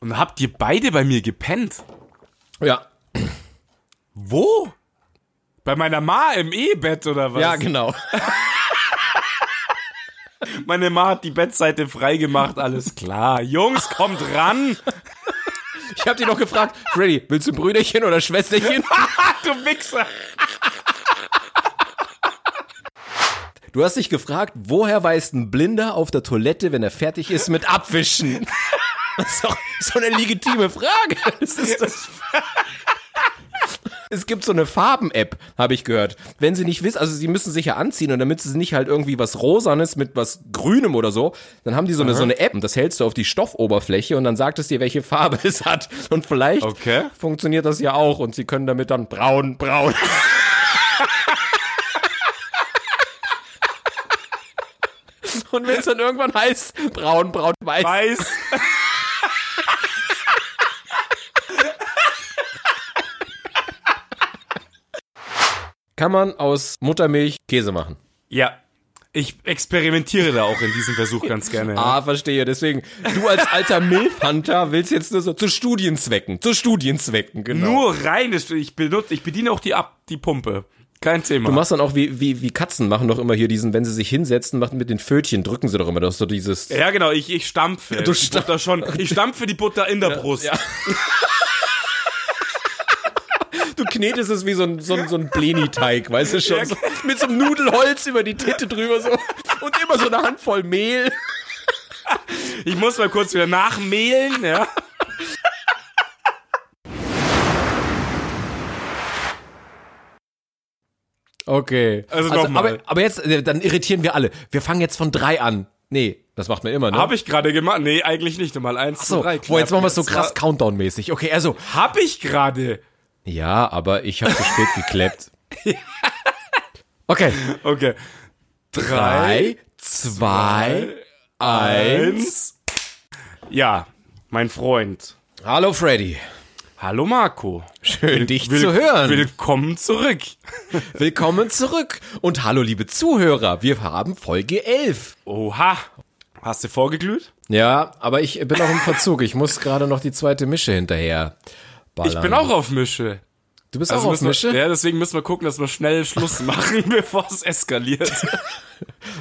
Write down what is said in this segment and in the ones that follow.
Und habt ihr beide bei mir gepennt? Ja. Wo? Bei meiner Ma im E-Bett oder was? Ja, genau. Meine Ma hat die Bettseite freigemacht, alles klar. Jungs, kommt ran! Ich hab dich noch gefragt, Freddy, willst du Brüderchen oder Schwesterchen? du Wichser! Du hast dich gefragt, woher weiß ein Blinder auf der Toilette, wenn er fertig ist mit Abwischen? Das ist doch so eine legitime Frage. Das ist das. Es gibt so eine Farben-App, habe ich gehört. Wenn sie nicht wissen, also sie müssen sich ja anziehen und damit sie nicht halt irgendwie was Rosanes mit was Grünem oder so, dann haben die so eine, so eine App und das hältst du auf die Stoffoberfläche und dann sagt es dir, welche Farbe es hat. Und vielleicht Okay. funktioniert das ja auch und sie können damit dann braun, braun. Und wenn es dann irgendwann heißt, braun, braun, weiß, Weiß! kann man aus Muttermilch Käse machen. Ja. Ich experimentiere da auch in diesem Versuch ganz gerne. ja. Ah, verstehe. Deswegen, du als alter Milfhunter willst jetzt nur so zu Studienzwecken, zu Studienzwecken, genau. Nur rein, ist- ich benutze, ich bediene auch die Ab, die Pumpe. Kein Thema. Du machst dann auch wie, wie, wie Katzen machen doch immer hier diesen, wenn sie sich hinsetzen, machen mit den Fötchen, drücken sie doch immer, das ist so dieses. ja, genau, ich, ich stampfe. Du die Butter schon. Ich stampfe die Butter in der Brust. ja. Du knetest es wie so ein, so ein, so ein Bleniteig, weißt du schon? So, mit so einem Nudelholz über die Titte drüber so. Und immer so eine Handvoll Mehl. Ich muss mal kurz wieder nachmehlen, ja. Okay. Also nochmal. aber, aber jetzt, äh, dann irritieren wir alle. Wir fangen jetzt von drei an. Nee, das macht man immer, ne? Hab ich gerade gemacht. Nee, eigentlich nicht. Mal eins, so, zu drei. boah, jetzt machen wir es so klappen. krass Countdown-mäßig. Okay, also. Hab ich gerade. Ja, aber ich habe zu spät gekleppt. Okay. Okay. Drei, Drei, zwei, eins. eins. Ja, mein Freund. Hallo Freddy. Hallo Marco. Schön dich Will- zu hören. Willkommen zurück. Willkommen zurück. Und hallo liebe Zuhörer. Wir haben Folge 11. Oha. Hast du vorgeglüht? Ja, aber ich bin noch im Verzug. Ich muss gerade noch die zweite Mische hinterher. Ich bin auch auf Mische. Du bist Also auch auf müssen wir- Mische? Ja, deswegen müssen wir gucken, dass wir schnell Schluss machen, bevor es eskaliert.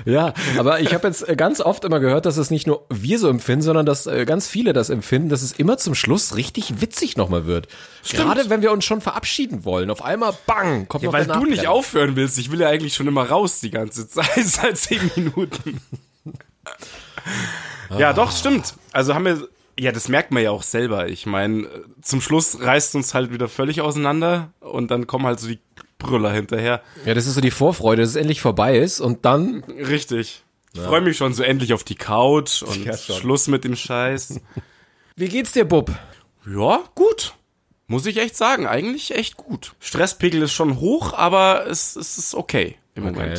Ja, aber ich habe jetzt äh, ganz oft immer gehört, dass es nicht nur wir so empfinden, sondern dass äh, ganz viele das empfinden, dass es immer zum Schluss richtig witzig nochmal wird. Gerade wenn wir uns schon verabschieden wollen, auf einmal bang, kommt Ja, noch weil der du nicht Nachbrenner. aufhören willst. Ich will ja eigentlich schon immer raus die ganze Zeit, seit zehn Minuten. Ah. ja, doch, stimmt. Also haben wir, ja, das merkt man ja auch selber. Ich meine, zum Schluss reißt uns halt wieder völlig auseinander und dann kommen halt so die Brüller hinterher. Ja, das ist so die Vorfreude, dass es endlich vorbei ist und dann Richtig. Ich freue mich schon so endlich auf die Couch und Ja, schon. Schluss mit dem Scheiß. Wie geht's dir, Bub? Ja, gut. Muss ich echt sagen, eigentlich echt gut. Stresspegel ist schon hoch, aber es, es ist okay im Moment.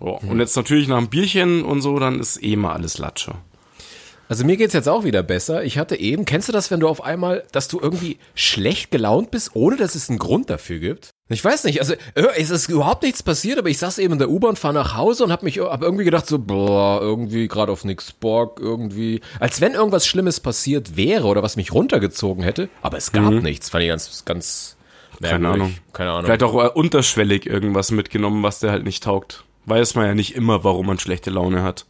Ja, Mhm. und jetzt natürlich nach einem Bierchen und so, dann ist eh mal alles Latsche. Also mir geht's jetzt auch wieder besser. Ich hatte eben, kennst du das, wenn du auf einmal, dass du irgendwie schlecht gelaunt bist, ohne dass es einen Grund dafür gibt? Ich weiß nicht, also äh, es ist überhaupt nichts passiert, aber ich saß eben in der U-Bahn, fahr nach Hause und hab mich hab irgendwie gedacht so, boah, irgendwie gerade auf nix Bock, irgendwie, als wenn irgendwas Schlimmes passiert wäre oder was mich runtergezogen hätte, aber es gab nichts, fand ich ganz ganz merkwürdig. Mhm. Ahnung. Keine Ahnung. Vielleicht auch äh, unterschwellig irgendwas mitgenommen, was der halt nicht taugt. Weiß man ja nicht immer, warum man schlechte Laune hat.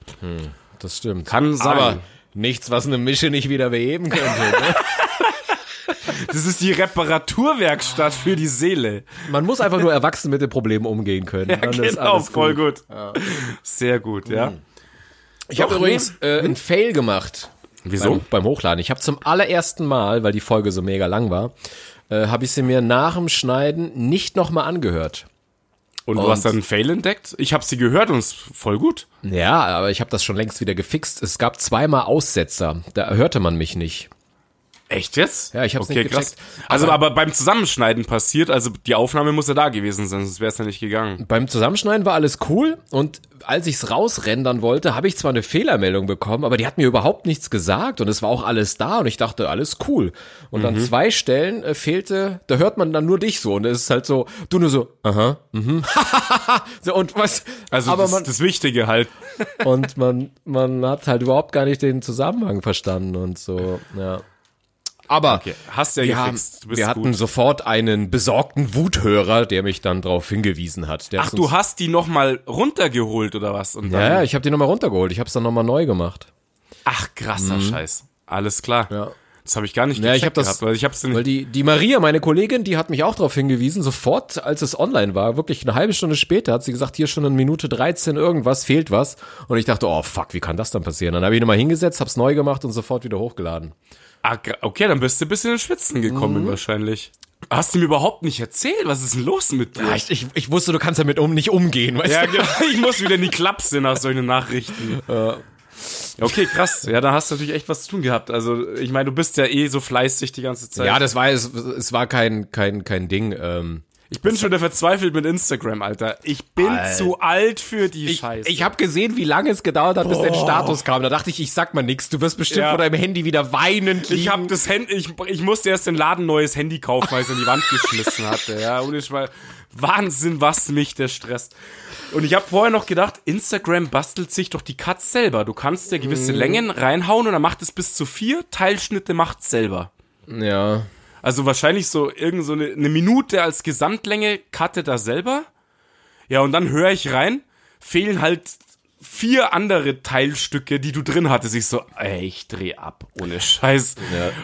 das stimmt. Kann sein. aber nichts, was eine Mische nicht wieder beheben könnte. Ne? das ist die Reparaturwerkstatt für die Seele. Man muss einfach nur erwachsen mit den Problemen umgehen können. Ja, Dann genau, ist alles voll gut. Mhm. gut. Sehr gut, ja. Ich habe Doch, Hm? übrigens äh, einen Fail gemacht. Wieso? Beim, beim Hochladen. Ich habe zum allerersten Mal, weil die Folge so mega lang war, äh, habe ich sie mir nach dem Schneiden nicht nochmal angehört. Und, du Und- hast dann einen Fail entdeckt? Ich habe sie gehört und es ist voll gut. Ja, aber ich habe das schon längst wieder gefixt. Es gab zweimal Aussetzer. Da hörte man mich nicht. Echt jetzt? Ja, ich hab's nicht gecheckt. Also, aber, beim Zusammenschneiden passiert, also die Aufnahme muss ja da gewesen sein, sonst wäre es ja nicht gegangen. Beim Zusammenschneiden war alles cool und als ich's rausrendern wollte, habe ich zwar eine Fehlermeldung bekommen, aber die hat mir überhaupt nichts gesagt und es war auch alles da und ich dachte, alles cool. Und Mhm. an zwei Stellen äh, fehlte, da hört man dann nur dich so und es ist halt so, du nur so, aha, mhm, so und was, Also aber das, man, das Wichtige halt. und man, man hat halt überhaupt gar nicht den Zusammenhang verstanden und so, ja. Aber Okay, hast ja wir, haben, gefixt. Du bist wir hatten gut. sofort einen besorgten Wuthörer, der mich dann darauf hingewiesen hat. Der Ach, hat du uns- hast die nochmal runtergeholt oder was? Und dann, Ja, ja, ich habe die nochmal runtergeholt. Ich habe es dann nochmal neu gemacht. Ach, krasser Scheiß. Alles klar. Mhm. Ja. Das habe ich gar nicht Ja, ich hab das- gehabt, weil ich hab's Weil nicht. die, die Maria, meine Kollegin, die hat mich auch darauf hingewiesen, sofort, als es online war, wirklich eine halbe Stunde später, hat sie gesagt, hier schon in Minute 13 irgendwas, fehlt was. Und ich dachte, oh fuck, wie kann das dann passieren? Dann habe ich nochmal hingesetzt, hab's neu gemacht und sofort wieder hochgeladen. Ah, gra- okay, dann bist du ein bisschen in Schwitzen gekommen Mhm. wahrscheinlich. Hast du mir überhaupt nicht erzählt? Was ist denn los mit dir? Ich, ich, ich wusste, du kannst damit um nicht umgehen, weißt Ja, genau. Ich muss wieder in die Klapse nach solchen Nachrichten. Okay, krass. Ja, da hast du natürlich echt was zu tun gehabt. Also, ich meine, du bist ja eh so fleißig die ganze Zeit. Ja, das war es, es war kein, kein, kein Ding. Ähm, ich bin schon wieder verzweifelt mit Instagram, Alter. Ich bin zu alt für die ich Scheiße. ich habe gesehen, wie lange es gedauert hat, bis dein Status kam. Da dachte ich, ich sag mal nix, du wirst bestimmt Ja. vor deinem Handy wieder weinend liegen. Ich hab das Handy, ich, ich musste erst den Laden neues Handy kaufen, weil ich es in die Wand geschmissen hatte. Ja, ohne Schwein. Wahnsinn, was mich der stresst. Und ich habe vorher noch gedacht, Instagram bastelt sich doch die Cuts selber. Du kannst ja gewisse Längen reinhauen und dann macht es bis zu vier Teilschnitte macht's selber. ja. Also wahrscheinlich so irgend so eine, eine Minute als Gesamtlänge cutte da selber. Ja, und dann höre ich rein, fehlen halt vier andere Teilstücke, die du drin hattest. Ich so, ey, ich dreh ab, ohne Scheiß.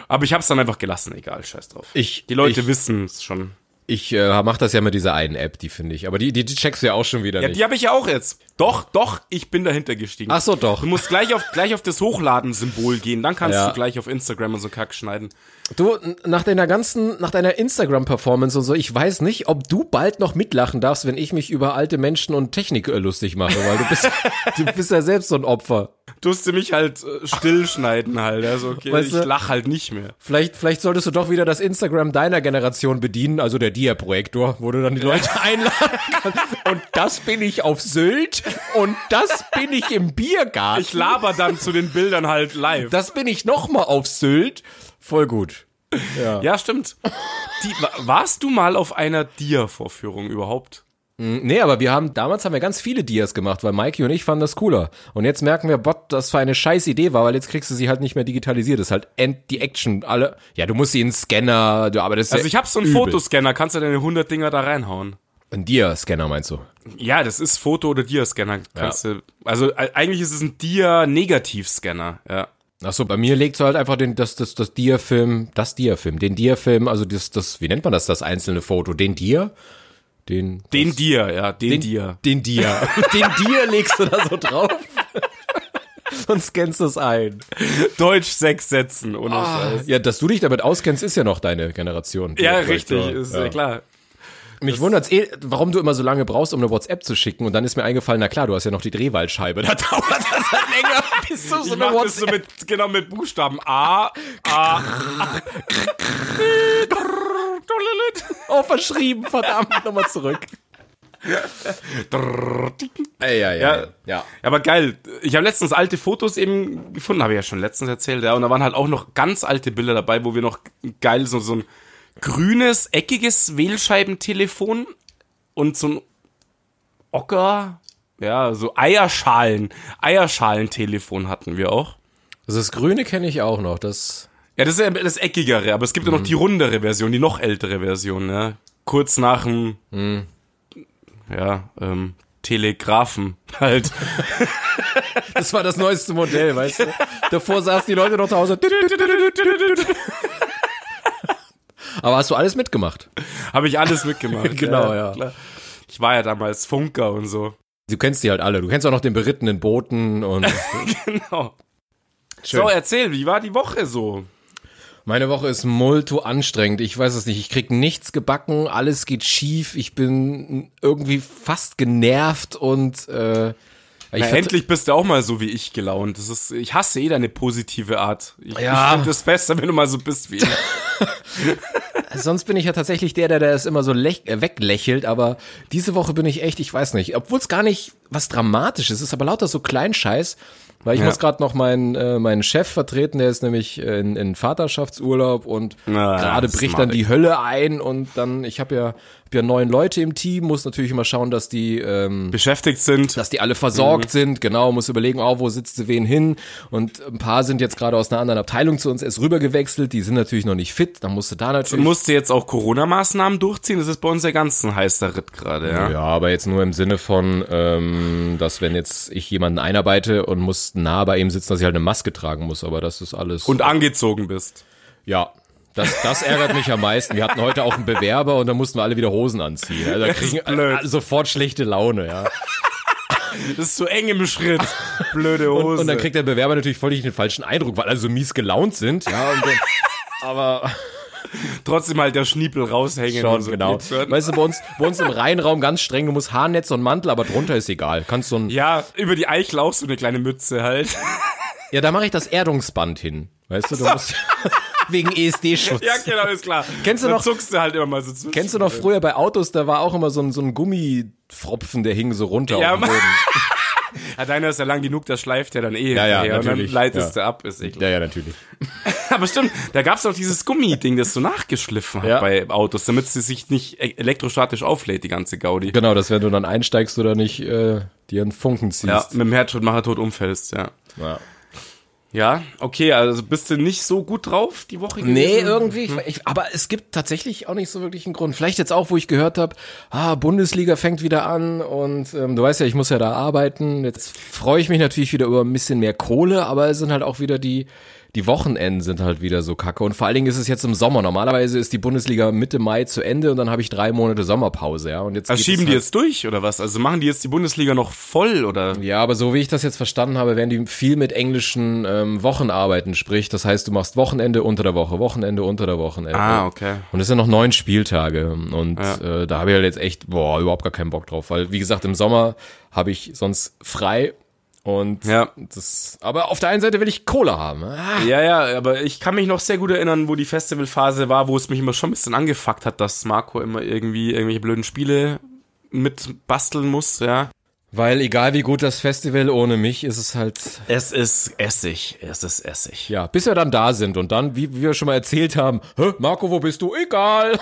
Aber ich hab's dann einfach gelassen, egal, scheiß drauf. Ich- die Leute ich- wissen's schon. Ich äh, mach das ja mit dieser einen App, die finde ich. Aber die, die, die checkst du ja auch schon wieder Ja, nicht. die habe ich ja auch jetzt. Doch, doch, ich bin dahinter gestiegen. Ach so, doch. Du musst gleich auf, gleich auf das Hochladen-Symbol gehen, dann kannst Ja. du gleich auf Instagram und so Kack schneiden. Du, n- nach deiner ganzen, nach deiner Instagram-Performance und so, ich weiß nicht, ob du bald noch mitlachen darfst, wenn ich mich über alte Menschen und Technik äh, lustig mache, weil du bist, du bist ja selbst so ein Opfer. Tust du mich halt äh, stillschneiden halt. Also okay, Weißt ich du- lach halt nicht mehr. Vielleicht, vielleicht solltest du doch wieder das Instagram deiner Generation bedienen, also der Dia-Projektor, wo du dann die Leute einladen kannst. Und das bin ich auf Sylt und das bin ich im Biergarten. Ich laber dann zu den Bildern halt live. das bin ich nochmal auf Sylt. Voll gut. ja, stimmt. Die, wa- warst du mal auf einer Dia-Vorführung überhaupt? Nee, aber wir haben, damals haben wir ganz viele Dias gemacht, weil Mikey und ich fanden das cooler. Und jetzt merken wir, Bot, das für eine scheiß Idee war, weil jetzt kriegst du sie halt nicht mehr digitalisiert. Das ist halt end die Action. Alle, ja, du musst sie in den Scanner, du, aber das ist Also ja ich hab so einen übel. Fotoscanner, kannst du deine 100 Dinger da reinhauen? Ein Dia-Scanner meinst du? Ja, das ist Foto- oder Dia-Scanner. Kannst du, also e- eigentlich ist es ein Dia-Negativ-Scanner, ja. Ach so, bei mir legst du halt einfach den, das, das, das Dia-Film, das Dia-Film, den Dia-Film, also das, das, wie nennt man das, das einzelne Foto? Den Dia? Den, Den Dia, ja, den, den Dia. Den Dia. den Dia legst du da so drauf. Und scannst es ein. Deutsch sechs Sätzen, ohne Scheiß. Ah, Ja, dass du dich damit auskennst, ist ja noch deine Generation. Ja, Vielleicht, richtig, ja. ist Ja. ja. klar. Mich wundert's eh, warum du immer so lange brauchst, um eine WhatsApp zu schicken. Und dann ist mir eingefallen, na klar, du hast ja noch die Drehwahlscheibe. Da dauert das halt länger, bis du so Ich eine mach das so WhatsApp... mit, genau, mit Buchstaben. A, A. Oh, verschrieben, verdammt, nochmal zurück. Ey, ja, Ja. Ja, aber geil. Ich habe letztens alte Fotos eben gefunden, habe ich ja schon letztens erzählt, ja. Und da waren halt auch noch ganz alte Bilder dabei, wo wir noch geil so, so ein grünes, eckiges Wählscheibentelefon und so ein Ocker, ja, so Eierschalen, Eierschalentelefon hatten wir auch. Also das Grüne kenne ich auch noch. Das Ja, das ist ja das eckigere, aber es gibt ja noch die rundere Version, die noch ältere Version, ja. Kurz nach dem, ja, ähm, Telegrafen halt. Das war das neueste Modell, weißt du? Davor saßen die Leute noch zu Hause. Aber hast du alles mitgemacht? Habe ich alles mitgemacht. Genau, ja. klar. Ich war ja damals Funker und so. Du kennst die halt alle. Du kennst auch noch den berittenen Boten und Genau. Schön. So, erzähl, wie war die Woche so? meine Woche ist multo anstrengend. Ich weiß es nicht. Ich krieg nichts gebacken. Alles geht schief. Ich bin irgendwie fast genervt und äh, ich Na, vert- endlich bist du auch mal so wie ich gelaunt. Das ist, ich hasse eh deine positive Art. Ich, Ja. ich finde es besser, wenn du mal so bist wie ich. Sonst bin ich ja tatsächlich der, der das immer so läch- äh, weglächelt, aber diese Woche bin ich echt, ich weiß nicht, obwohl es gar nicht was Dramatisches ist, aber lauter so Kleinscheiß, weil ich Ja. muss gerade noch meinen, äh, meinen Chef vertreten, der ist nämlich äh, in, in Vaterschaftsurlaub und Na, gerade das bricht mag dann ich. die Hölle ein und dann, ich habe ja, hab ja neun Leute im Team, muss natürlich immer schauen, dass die... Ähm, Beschäftigt sind. dass die alle Mhm. versorgt sind, genau, muss überlegen, oh, wo sitzt sie wen hin und ein paar sind jetzt gerade aus einer anderen Abteilung zu uns erst rübergewechselt, die sind natürlich noch nicht fit, dann musste da natürlich... Musste jetzt auch Corona-Maßnahmen durchziehen. Das ist bei uns ja ganz ein heißer Ritt gerade, ja. Ja, aber jetzt nur im Sinne von, ähm, dass wenn jetzt ich jemanden einarbeite und muss nah bei ihm sitzen, dass ich halt eine Maske tragen muss, aber das ist alles... Und angezogen bist. ja, das, das ärgert mich am meisten. Wir hatten heute auch einen Bewerber und da mussten wir alle wieder Hosen anziehen. Also, da kriegen blöd. alle sofort schlechte Laune, ja. Das ist zu eng im Schritt. Blöde Hose. Und dann kriegt der Bewerber natürlich völlig den falschen Eindruck, weil alle so mies gelaunt sind, ja, und dann, aber... Trotzdem halt der Schniepel raushängen. Schon, und so genau. geht's schon. Weißt du, bei uns, bei uns im Reihenraum ganz streng, du musst Haarnetz und Mantel, aber drunter ist egal. Kannst so ein, ja. Ja, über die Eichlauch so eine kleine Mütze halt. da mache ich das Erdungsband hin. Weißt du, du musst, wegen E ESD-Schutz. Ja, genau, ist klar. Kennst du Dann noch- zuckst du halt immer mal so zwischen. Kennst du noch früher bei Autos, da war auch immer so ein, so ein Gummifropfen, der hing so runter Ja, auf dem Boden. Ja, deiner ist ja lang genug, der schleift ja dann eh Ja, ja, hinterher und dann natürlich, leitest ja. du ab, ist eh klar. Ja, ja, natürlich. Aber stimmt, da gab's doch dieses Gummiding, das so nachgeschliffen hat Ja. bei Autos, damit sie sich nicht e- elektrostatisch auflädt, die ganze Gaudi. Genau, dass wenn du dann einsteigst oder nicht, äh, dir einen Funken Ja, ziehst. mit dem Herzschrittmacher tot umfällst, ja. Ja. Ja, okay, also bist du nicht so gut drauf die Woche gewesen? Nee, irgendwie. Hm. Ich, ich, aber es gibt tatsächlich auch nicht so wirklich einen Grund. Vielleicht jetzt auch, wo ich gehört habe, ah, Bundesliga fängt wieder an und ähm, du weißt ja, ich muss ja da arbeiten. Jetzt freue ich mich natürlich wieder über ein bisschen mehr Kohle, aber es sind halt auch wieder die, die Wochenenden sind halt wieder so kacke. Und vor allen Dingen ist es jetzt im Sommer. Normalerweise ist die Bundesliga Mitte Mai zu Ende und dann habe ich drei Monate Sommerpause, ja. Und jetzt Also geht schieben es die halt- jetzt durch oder was? Also machen die jetzt die Bundesliga noch voll oder? ja, aber so wie ich das jetzt verstanden habe, werden die viel mit englischen ähm, Wochenarbeiten, sprich, das heißt, du machst Wochenende unter der Woche, Wochenende unter der Wochenende. Ah, okay. Und es sind noch neun Spieltage und äh, da habe ich halt jetzt echt, boah, überhaupt gar keinen Bock drauf, weil wie gesagt, im Sommer habe ich sonst frei und Ja. das, aber auf der einen Seite will ich Cola haben. Ah, Ja, ja, aber ich kann mich noch sehr gut erinnern, wo die Festivalphase war, wo es mich immer schon ein bisschen angefuckt hat, dass Marco immer irgendwie irgendwelche blöden Spiele mit basteln muss, ja. Weil egal wie gut das Festival ohne mich ist es halt, Es ist Essig, es ist Essig. ja, bis wir dann da sind und dann, wie, wie wir schon mal erzählt haben, Hä, Marco, wo bist du? Egal.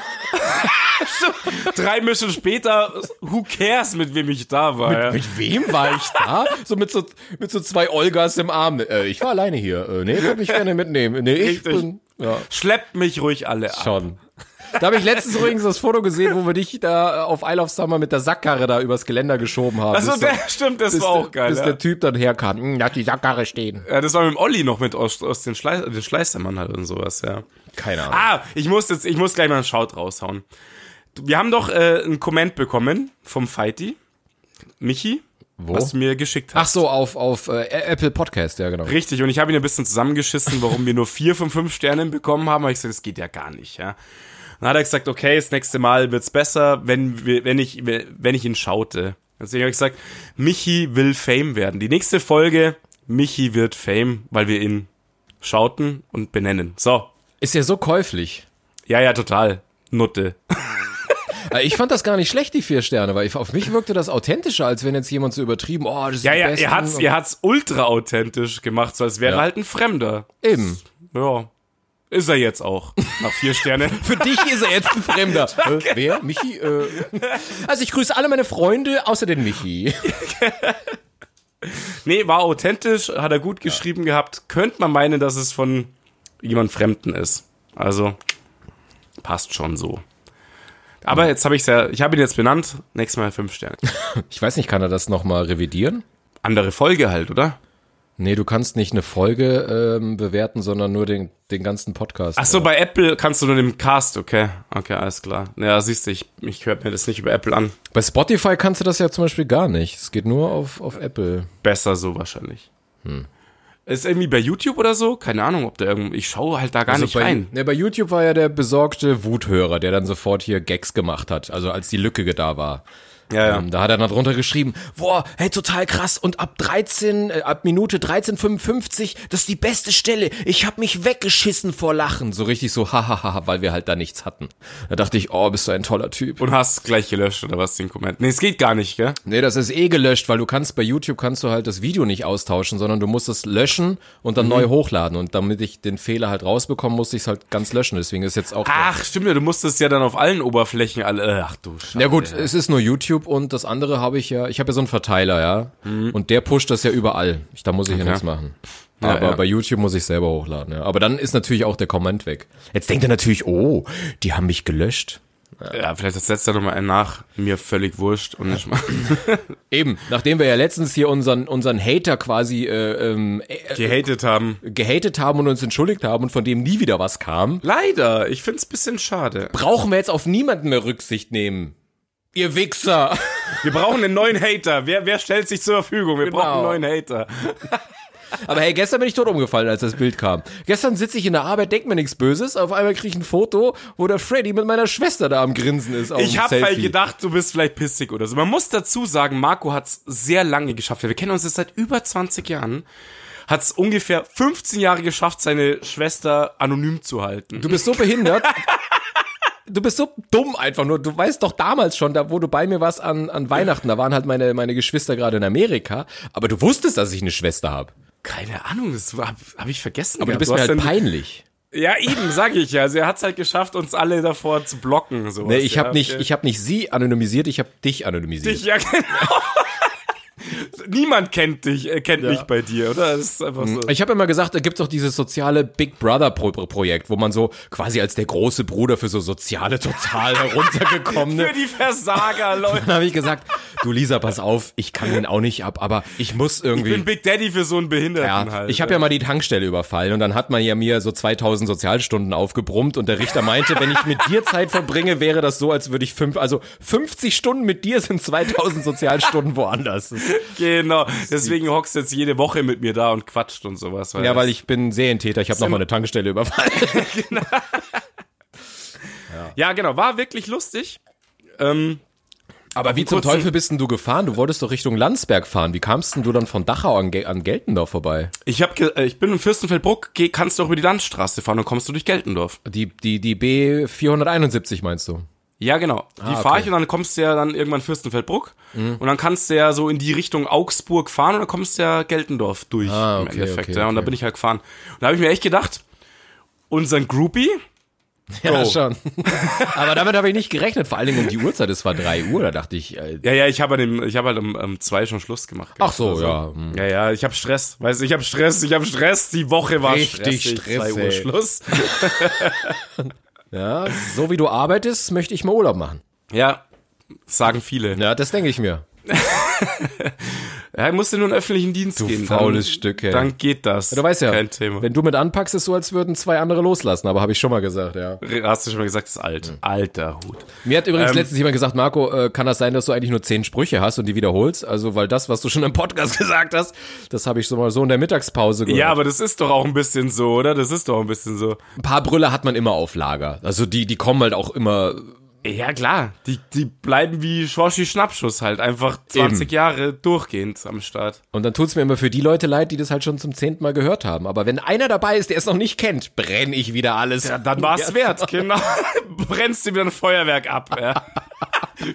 Drei Mischen später, who cares, mit wem ich da war, ja. Mit wem war ich da? So mit so, mit so zwei Olgas im Arm. Äh, ich war alleine hier. Äh, nee, würde mich gerne mitnehmen. Nee, ich Richtig. bin, ja. Schleppt mich ruhig alle ab. Schon. Da habe ich letztens übrigens das Foto gesehen, wo wir dich da äh, auf Isle of Summer mit der Sackkarre da übers Geländer geschoben haben. Also, Bis der, dann- stimmt, das bis war auch der- geil. Bis Ja. der Typ dann herkam. Hm, lass die Sackkarre stehen. ja, das war mit dem Olli noch mit aus, aus den, Schleiß, den Schleißermann halt und sowas, ja. Keine Ahnung. Ah, ich muss jetzt, ich muss gleich mal einen Shout raushauen. Wir haben doch äh, einen Comment bekommen vom Fighty, Michi, Wo? was du mir geschickt hast. Ach so, auf, auf äh, Apple Podcast, ja genau. Richtig, und ich habe ihn ein bisschen zusammengeschissen, warum wir nur vier von fünf Sternen bekommen haben. Aber ich gesagt, das geht ja gar nicht, ja. Dann hat er gesagt, okay, das nächste Mal wird's besser, wenn wir, wenn ich, wenn ich ihn schaute. Deswegen habe ich gesagt, Michi will Fame werden. Die nächste Folge, Michi wird Fame, weil wir ihn schauten und benennen. So. Ist ja so käuflich. Ja, ja, total. Nutte. Äh, Ich fand das gar nicht schlecht, die vier Sterne, weil ich, auf mich wirkte das authentischer, als wenn jetzt jemand so übertrieben, oh, das ist Ja, die ja, Besten. er hat's, er hat's ultra authentisch gemacht, so als wäre Ja. er halt ein Fremder. Eben. Ja. Ist er jetzt auch. Nach vier Sternen. Für dich ist er jetzt ein Fremder. genau. äh, wer? Michi? Äh. Also ich grüße alle meine Freunde, außer den Michi. Nee, war authentisch, hat er gut geschrieben gehabt. Könnte man meinen, dass es von jemand Fremden ist. Also, passt schon so. Aber jetzt habe ich ja, ich habe ihn jetzt benannt. Nächstes Mal fünf Sterne. Ich weiß nicht, kann er das nochmal revidieren? Andere Folge halt, oder? Nee, du kannst nicht eine Folge ähm, bewerten, sondern nur den, den ganzen Podcast. Ach so, bei Apple kannst du nur den Cast, okay. Okay, alles klar. Ja, siehst du, ich, ich höre mir das nicht über Apple an. Bei Spotify kannst du das ja zum Beispiel gar nicht. Es geht nur auf, auf Apple. besser so wahrscheinlich. Hm. Ist irgendwie bei YouTube oder so? Keine Ahnung, ob da irgend. Ich schaue halt da gar nicht bei, rein. Ne, bei YouTube war ja der besorgte Wuthörer, der dann sofort hier Gags gemacht hat, also als die Lücke da war. Ja, ja. Ähm, Da hat er dann drunter geschrieben, boah, hey, total krass und ab 13, äh, ab Minute 13,55, das ist die beste Stelle, ich hab mich weggeschissen vor Lachen. So richtig so, hahaha, weil wir halt da nichts hatten. Da dachte ich, oh, bist du ein toller Typ. Und hast gleich gelöscht oder was den Kommentar? Nee, es geht gar nicht, gell? Nee, das ist eh gelöscht, weil du kannst bei YouTube kannst du halt das Video nicht austauschen, sondern du musst es löschen und Mhm. dann neu hochladen. Und damit ich den Fehler halt rausbekomme, musste ich es halt ganz löschen. Deswegen ist jetzt auch. Ach, stimmt ja, du musstest ja dann auf allen Oberflächen alle. äh, Ach du Scheiße. Ja gut, es ist nur YouTube und das andere habe ich ja, ich habe ja so einen Verteiler, ja. Mhm. Und der pusht das ja überall. Ich, da muss ich ja nichts machen. Aber ja. bei YouTube muss ich selber hochladen, ja. Aber dann ist natürlich auch der Comment weg. Jetzt denkt er natürlich, oh, die haben mich gelöscht. Ja, vielleicht das setzt er nochmal einen nach. Mir völlig wurscht. Und nicht mal. Eben, nachdem wir ja letztens hier unseren, unseren Hater quasi äh, ähm, äh, Gehatet haben. gehatet haben und uns entschuldigt haben und von dem nie wieder was kam, Leider, ich find's bisschen schade. brauchen wir jetzt auf niemanden mehr Rücksicht nehmen. Ihr Wichser! Wir brauchen einen neuen Hater. Wer, wer stellt sich zur Verfügung? Wir brauchen einen neuen Hater. Aber hey, gestern bin ich tot umgefallen, als das Bild kam. Gestern sitze ich in der Arbeit, denk mir nichts Böses, auf einmal kriege ich ein Foto, wo der Freddy mit meiner Schwester da am Grinsen ist. Auf Ich dem habe Selfie. halt gedacht, du bist vielleicht pissig oder so. Man muss dazu sagen, Marco hat's sehr lange geschafft. Wir kennen uns jetzt seit über 20 Jahren. Hat's ungefähr 15 Jahre geschafft, seine Schwester anonym zu halten. Du bist so behindert. Du bist so dumm einfach nur. Du weißt doch damals schon, da wo du bei mir warst an, an Weihnachten, da waren halt meine, meine Geschwister gerade in Amerika, aber du wusstest, dass ich eine Schwester habe. Keine Ahnung, das habe hab ich vergessen. Aber gehabt. du bist mir hast halt dann- peinlich. Ja, eben, sag ich ja. Also er hat's halt geschafft, uns alle davor zu blocken. Sowas. Nee, ich ja, habe nicht, okay. ich habe nicht sie anonymisiert, ich habe dich anonymisiert. Ja, genau. Niemand kennt dich, äh, kennt mich bei dir, oder? Das ist einfach so. Ich habe immer gesagt, da gibt's doch dieses soziale Big Brother Pro Pro- Projekt, wo man so quasi als der große Bruder für so soziale total heruntergekommene. Für die Versager, Leute. Dann habe ich gesagt, du Lisa, pass auf, ich kann den auch nicht ab, aber ich muss Ich bin irgendwie. Big Daddy für so einen Behinderten Ja, halt. ich habe ja mal die Tankstelle überfallen und dann hat man ja mir so 2000 Sozialstunden aufgebrummt und der Richter meinte, wenn ich mit dir Zeit verbringe, wäre das so, als würde ich fünf, also 50 Stunden mit dir sind 2000 Sozialstunden woanders. Das ist- Genau, deswegen hockst du jetzt jede Woche mit mir da und quatscht und sowas. Ja, weil ich bin Serientäter, ich habe mal eine Tankstelle überfallen. Ja, genau, war wirklich lustig. Ähm, Aber wie zum kurzen- Teufel bist denn du gefahren? Du wolltest doch Richtung Landsberg fahren. Wie kamst denn du dann von Dachau an, Ge an Geltendorf vorbei? ich, hab ge äh, ich bin in Fürstenfeldbruck, geh, kannst du auch über die Landstraße fahren und kommst du durch Geltendorf. Die, die, die B471 meinst du? Ja, genau. Die okay. fahre ich und dann kommst du ja dann irgendwann Fürstenfeldbruck und dann kannst du ja so in die Richtung Augsburg fahren und dann kommst du ja Geltendorf durch Ah, im okay, Endeffekt. okay, ja, und da okay. bin ich halt gefahren. Und da habe ich mir echt gedacht, unseren Groupie, Ja, Oh. schon. Aber damit habe ich nicht gerechnet. Vor allen Dingen um die Uhrzeit. Es war 3 Uhr. Da dachte ich, äh, ja, ja, ich habe halt im- ich habe halt um, um zwei schon Schluss gemacht. ach so, Also, ja. hm. Ja, ja, ich hab Stress. Weißt du, ich hab Stress, ich hab Stress. Die Woche war Richtig stressig. Stress, 2 Uhr ey. Schluss. ja. So wie du arbeitest, möchte ich mal Urlaub machen. Ja, sagen viele. Ja, das denke ich mir. Ja, ich musste nur in den öffentlichen Dienst Du gehen. faules dann, Stück, ey. Dann geht das. Du weißt ja, Kein Thema. wenn du mit anpackst, ist so, als würden zwei andere loslassen. Aber habe ich schon mal gesagt, ja. Hast du schon mal gesagt, das ist alt. Alter Hut. Mir hat übrigens Ähm, letztens jemand gesagt, Marco, äh, kann das sein, dass du eigentlich nur zehn Sprüche hast und die wiederholst? Also, weil das, was du schon im Podcast gesagt hast, das habe ich so mal so in der Mittagspause gehört. Ja, aber das ist doch auch ein bisschen so, oder? Das ist doch ein bisschen so. ein paar Brüller hat man immer auf Lager. Also die, die kommen halt auch immer. Ja, klar. Die, die bleiben wie Schorschi Schnappschuss halt. Einfach 20 Jahre durchgehend am Start. Und dann tut's mir immer für die Leute leid, die das halt schon zum zehnten Mal gehört haben. Aber wenn einer dabei ist, der es noch nicht kennt, brenne ich wieder alles. Ja, Dann war's wert, genau. Brennst dir wieder ein Feuerwerk ab, ja.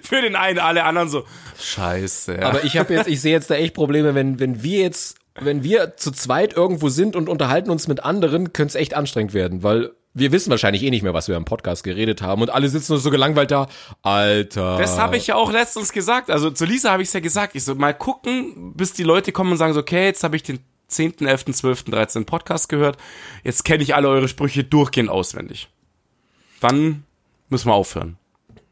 Für den einen, alle anderen so. Scheiße, ja. Aber ich habe jetzt, ich sehe jetzt da echt Probleme, wenn, wenn wir jetzt, wenn wir zu zweit irgendwo sind und unterhalten uns mit anderen, könnte es echt anstrengend werden, weil wir wissen wahrscheinlich eh nicht mehr, was wir im Podcast geredet haben und alle sitzen nur so gelangweilt da. Alter. Das habe ich ja auch letztens gesagt. Also zu Lisa habe ich es ja gesagt. Ich so, mal gucken, bis die Leute kommen und sagen so, okay, jetzt habe ich den 10., 11., 12., 13. Podcast gehört. Jetzt kenne ich alle eure Sprüche durchgehend auswendig. Dann müssen wir aufhören.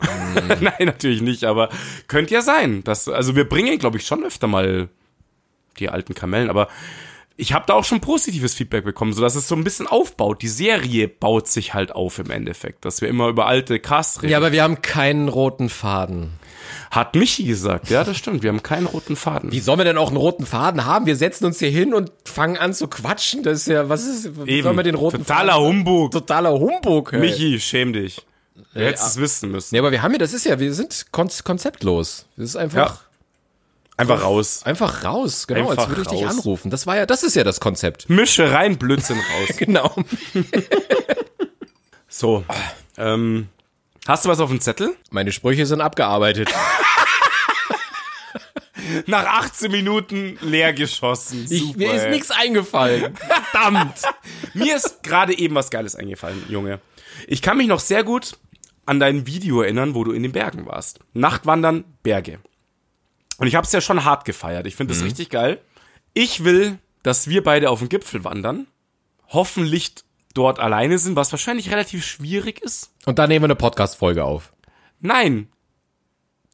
Mhm. Nein, natürlich nicht, aber könnte ja sein. Dass, also wir bringen, glaube ich, schon öfter mal die alten Kamellen, aber ich habe da auch schon positives Feedback bekommen, so dass es so ein bisschen aufbaut. Die Serie baut sich halt auf im Endeffekt, dass wir immer über alte Casts reden. Ja, aber wir haben keinen roten Faden. Hat Michi gesagt, ja, das stimmt. Wir haben keinen roten Faden. Wie sollen wir denn auch einen roten Faden haben? Wir setzen uns hier hin und fangen an zu quatschen. Das ist ja, was ist, wie sollen wir den roten Totaler Humbug. Faden? Totaler Humbug. ey. Michi, schäm dich. Du hättest es wissen müssen. Nee, aber wir haben ja, das ist ja, wir sind kon konzeptlos. Das ist einfach, Einfach raus. einfach raus, genau, Einfach als würde ich dich raus. anrufen. Das war ja, das ist ja das Konzept. Mische rein, Blödsinn raus. Genau. So. Ähm, hast du was auf dem Zettel? Meine Sprüche sind abgearbeitet. Nach 18 Minuten leer geschossen. Ich, mir ist ey. nichts eingefallen. Verdammt! Mir ist gerade eben was Geiles eingefallen, Junge. Ich kann mich noch sehr gut an dein Video erinnern, wo du in den Bergen warst. Nachtwandern, Berge. Und ich habe es ja schon hart gefeiert. Ich finde Mhm. das richtig geil. Ich will, dass wir beide auf den Gipfel wandern. Hoffentlich dort alleine sind, was wahrscheinlich relativ schwierig ist. Und dann nehmen wir eine Podcast-Folge auf. Nein.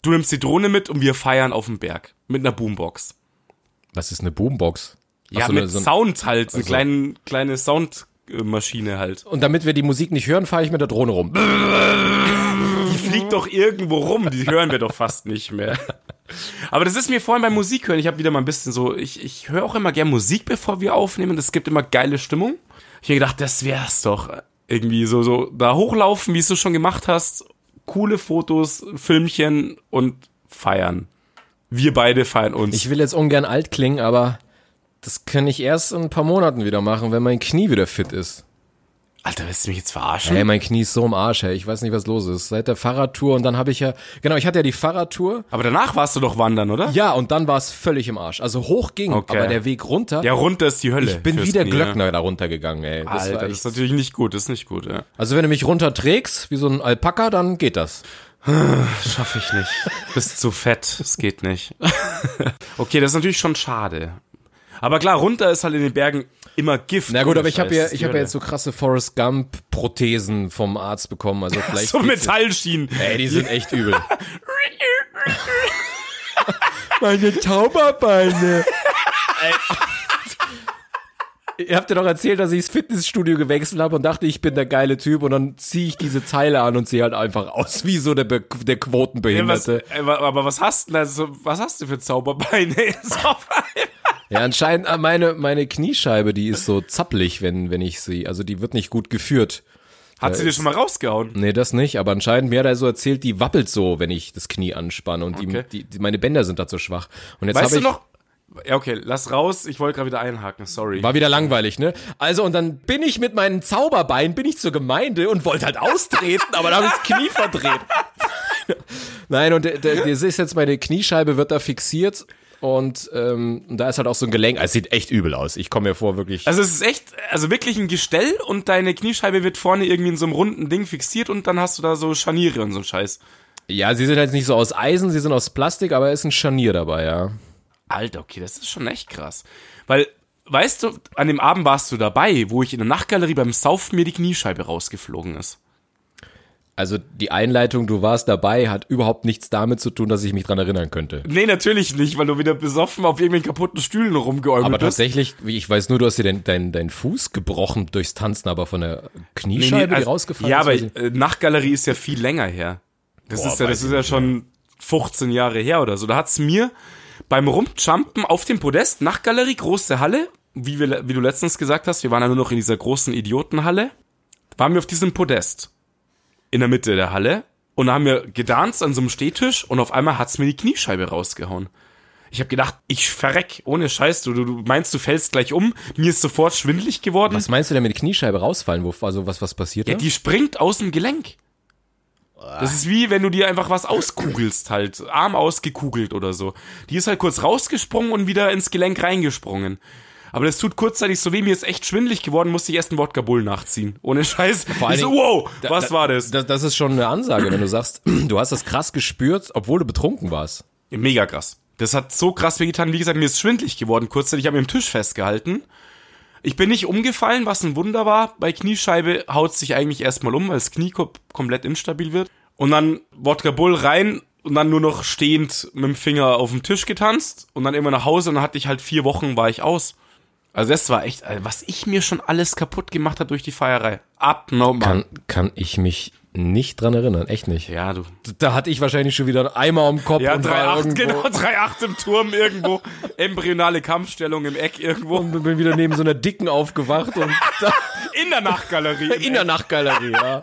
Du nimmst die Drohne mit und wir feiern auf dem Berg. Mit einer Boombox. Was ist eine Boombox? Ach, Ja, so eine- mit so ein- also- Sound halt. So eine kleine, kleine Soundmaschine halt. Und damit wir die Musik nicht hören, fahre ich mit der Drohne rum. Die fliegt doch irgendwo rum, die hören wir doch fast nicht mehr. Aber das ist mir vorhin beim Musik hören, ich habe wieder mal ein bisschen so, ich, ich höre auch immer gern Musik, bevor wir aufnehmen, das gibt immer geile Stimmung. Ich habe gedacht, das wär's doch. Irgendwie so, so da hochlaufen, wie es du schon gemacht hast, coole Fotos, Filmchen und feiern. Wir beide feiern uns. Ich will jetzt ungern alt klingen, aber das kann ich erst in ein paar Monaten wieder machen, wenn mein Knie wieder fit ist. Alter, willst du mich jetzt verarschen? Ey, mein Knie ist so im Arsch, ey. Ich weiß nicht, was los ist. Seit der Fahrradtour und dann habe ich ja, genau, ich hatte ja die Fahrradtour. Aber danach warst du doch wandern, oder? Ja, und dann war es völlig im Arsch. Also hoch ging, Okay. aber der Weg runter. Ja, runter ist die Hölle. ich bin fürs wie der Knie. ne? Glöckner da runtergegangen, ey. Das Alter, war das ist echt, natürlich nicht gut, das ist nicht gut, ja. also wenn du mich runterträgst, wie so ein Alpaka, dann geht das. Schaffe ich nicht. Bist zu fett. Es geht nicht. okay, das ist natürlich schon schade. Aber klar, runter ist halt in den Bergen immer Gift. Na gut, Ohne aber ich habe Scheiß. ja, Das ich habe irre. ja jetzt so krasse Forrest Gump Prothesen vom Arzt bekommen, also vielleicht. so geht's jetzt- Metallschienen. Ey, die sind echt übel. Meine Tauberbeine. Ihr habt ja doch erzählt, dass ich das Fitnessstudio gewechselt habe und dachte, ich bin der geile Typ und dann ziehe ich diese Zeile an und sehe halt einfach aus wie so der, Be der Ja, was, Quotenbehinderte. äh, wa- aber was hast du denn also, was hast du für Zauberbeine? Ist auf einmal- Ja, anscheinend ah, meine, meine Kniescheibe, die ist so zappelig, wenn, wenn ich sie, also die wird nicht gut geführt. Hat sie dir schon mal rausgehauen? Nee, das nicht, aber anscheinend mir hat er so erzählt, die wappelt so, wenn ich das Knie anspanne und Okay. die, die, die, meine Bänder sind da zu schwach. Und jetzt Weißt habe du ich, noch? Ja, okay, lass raus. Ich wollte gerade wieder einhaken, sorry. War wieder langweilig, ne? Also, und dann bin ich mit meinen Zauberbeinen, bin ich zur Gemeinde und wollte halt austreten, aber da habe ich das Knie verdreht. Nein, und der- der- das ist jetzt meine Kniescheibe, wird da fixiert und ähm, und da ist halt auch so ein Gelenk. Also, Es sieht echt übel aus. Ich komme mir vor, wirklich. Also es ist echt, also wirklich ein Gestell und deine Kniescheibe wird vorne irgendwie in so einem runden Ding fixiert und dann hast du da so Scharniere und so ein Scheiß. Ja, sie sind halt nicht so aus Eisen, sie sind aus Plastik, aber es ist ein Scharnier dabei, ja. Alter, okay, das ist schon echt krass. Weil, weißt du, an dem Abend warst du dabei, wo ich in der Nachtgalerie beim Saufen mir die Kniescheibe rausgeflogen ist. Also die Einleitung, du warst dabei, hat überhaupt nichts damit zu tun, dass ich mich dran erinnern könnte. Nee, natürlich nicht, weil du wieder besoffen auf irgendwelchen kaputten Stühlen rumgeäumelt Aber bist. tatsächlich, wie ich weiß nur, du hast dir den- deinen deinen Fuß gebrochen durchs Tanzen, aber von der Kniescheibe, die rausgefallen Ja, ist. aber weiß ich- äh, Nachtgalerie ist ja viel länger her. Das Boah, ist ja, weiß das ich ist ja nicht, schon 15 Jahre her oder so. Da hat's mir beim Rumjumpen auf dem Podest, Nachtgalerie, große Halle, wie, wir, wie du letztens gesagt hast, wir waren ja nur noch in dieser großen Idiotenhalle, waren wir auf diesem Podest. in der Mitte der Halle und da haben wir gedanzt an so einem Stehtisch und auf einmal hat's mir die Kniescheibe rausgehauen. Ich habe gedacht, ich verreck, ohne Scheiß, du, du, du meinst, du fällst gleich um, mir ist sofort schwindlig geworden. was meinst du denn mit Kniescheibe rausfallen? Wo, also was, was passiert Ja, da? die springt aus dem Gelenk. Das ist wie, wenn du dir einfach was auskugelst halt, Arm ausgekugelt oder so. Die ist halt kurz rausgesprungen und wieder ins Gelenk reingesprungen. Aber das tut kurzzeitig so weh, mir ist echt schwindlig geworden, musste ich erst einen Wodka Bull nachziehen. Ohne Scheiß. allen ich so, Dingen- wow, was war das? das? Das ist schon eine Ansage, wenn du sagst, du hast das krass gespürt, obwohl du betrunken warst. Mega krass. Das hat so krass wehgetan. Wie gesagt, mir ist schwindlig geworden kurzzeitig. Ich habe mir im Tisch festgehalten. Ich bin nicht umgefallen, was ein Wunder war. Bei Kniescheibe haut sich eigentlich erstmal um, weil das Knie kom komplett instabil wird. Und dann Wodka Bull rein und dann nur noch stehend mit dem Finger auf dem Tisch getanzt und dann immer nach Hause und dann hatte ich halt vier Wochen war ich aus. Also das war echt, also was ich mir schon alles kaputt gemacht habe durch die Feierei. Abnormal. Kann, kann ich mich nicht dran erinnern, echt nicht. Ja, du. Da hatte ich wahrscheinlich schon wieder einen Eimer am Kopf Ja, und war 3-8, irgendwo genau, 3-8 im Turm irgendwo. Embryonale Kampfstellung im Eck irgendwo. und bin wieder neben so einer Dicken aufgewacht und da, In der Nachtgalerie. in der Nachtgalerie, ja.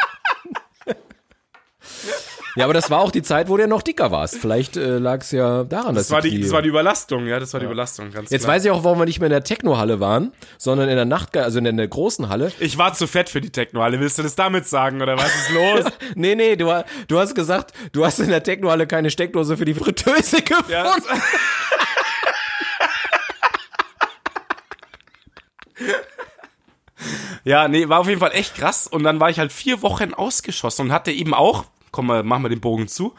Ja, aber das war auch die Zeit, wo du ja noch dicker warst. Vielleicht äh, lag es ja daran, dass Das war, die die, Knie- das war die Überlastung, ja, das war die Überlastung, ganz Jetzt klar. weiß ich auch, warum wir nicht mehr in der Techno-Halle waren, sondern in der Nachtge also in der, in der großen Halle. Ich war zu fett für die Techno-Halle. Willst du das damit sagen oder was ist los? Nee, nee, du, ha- du hast gesagt, du hast in der Techno-Halle keine Steckdose für die Fritteuse gefunden. Ja. ja, nee, war auf jeden Fall echt krass. Und dann war ich halt vier Wochen ausgeschossen und hatte eben auch, komm mal, machen wir den Bogen zu,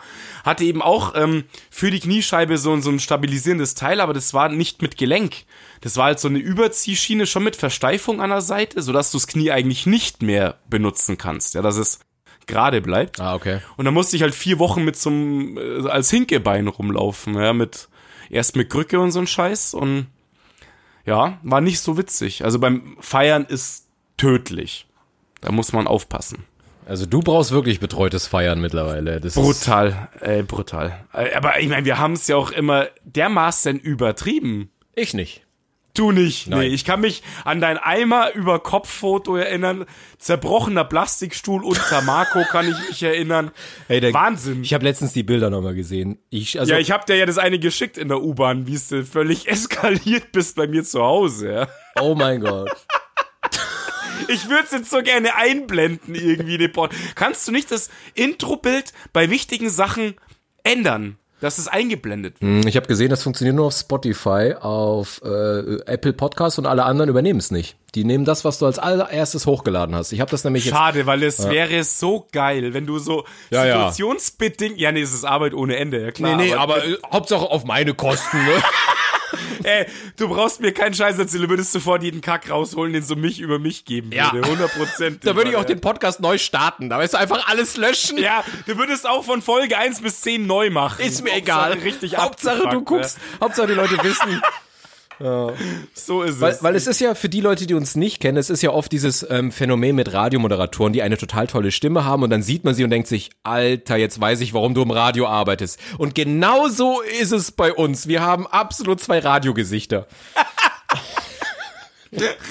hatte eben auch ähm, für die Kniescheibe so, ein- so ein stabilisierendes Teil, aber das war nicht mit Gelenk. Das war halt so eine Überziehschiene schon mit Versteifung an der Seite, sodass du das Knie eigentlich nicht mehr benutzen kannst. Ja, dass es gerade bleibt. Ah, okay. Und dann musste ich halt vier Wochen mit so einem, äh, als Hinkebein rumlaufen, ja, mit, erst mit Krücke und so ein Scheiß und, ja, war nicht so witzig. Also beim Feiern ist tödlich. Da muss man aufpassen. Also du brauchst wirklich betreutes Feiern mittlerweile. Das ist, Brutal, ey, brutal. Äh, Aber ich meine, wir haben es ja auch immer dermaßen übertrieben. ich nicht. Du nicht. Nee, Nein. ich kann mich an dein Eimer über Kopffoto erinnern. Zerbrochener Plastikstuhl unter Marco kann ich mich erinnern. Hey, der, Wahnsinn. Ich habe letztens die Bilder nochmal gesehen. Ich, also, Ja, ich hab dir ja das eine geschickt in der U-Bahn, wie es äh, völlig eskaliert bist bei mir zu Hause. Ja. oh mein Gott. Ich würde es jetzt so gerne einblenden irgendwie in den Pod. Kannst du nicht das Intro-Bild bei wichtigen Sachen ändern, dass es eingeblendet wird? Hm, Ich habe gesehen, das funktioniert nur auf Spotify, auf äh, Apple Podcasts und alle anderen übernehmen es nicht. Die nehmen das, was du als allererstes hochgeladen hast. Ich habe das nämlich jetzt. Schade, weil es wäre so geil, wenn du so Hm. Ja, ja. situationsbedingt. Ja, nee, es ist Arbeit ohne Ende, ja klar. äh, Hauptsache auf meine Kosten. Ne? Ey, du brauchst mir keinen Scheiß erzählen, du würdest sofort jeden Kack rausholen, den so mich über mich geben Ja. würde. 100 Prozent. da würde ich auch den Podcast neu starten. Da weißt du einfach alles löschen. Ja, du würdest auch von Folge 1 bis 10 neu machen. Ist mir Hauptsache egal. Richtig Hauptsache du abgefuckt, ne? guckst. Hauptsache die Leute wissen. Ja. So ist Weil, es. weil es ist ja für die Leute, die uns nicht kennen, es ist ja oft dieses ähm, Phänomen mit Radiomoderatoren, die eine total tolle Stimme haben und dann sieht man sie und denkt sich, Alter, jetzt weiß ich, warum du im Radio arbeitest. Und genau so ist es bei uns. Wir haben absolut zwei Radiogesichter.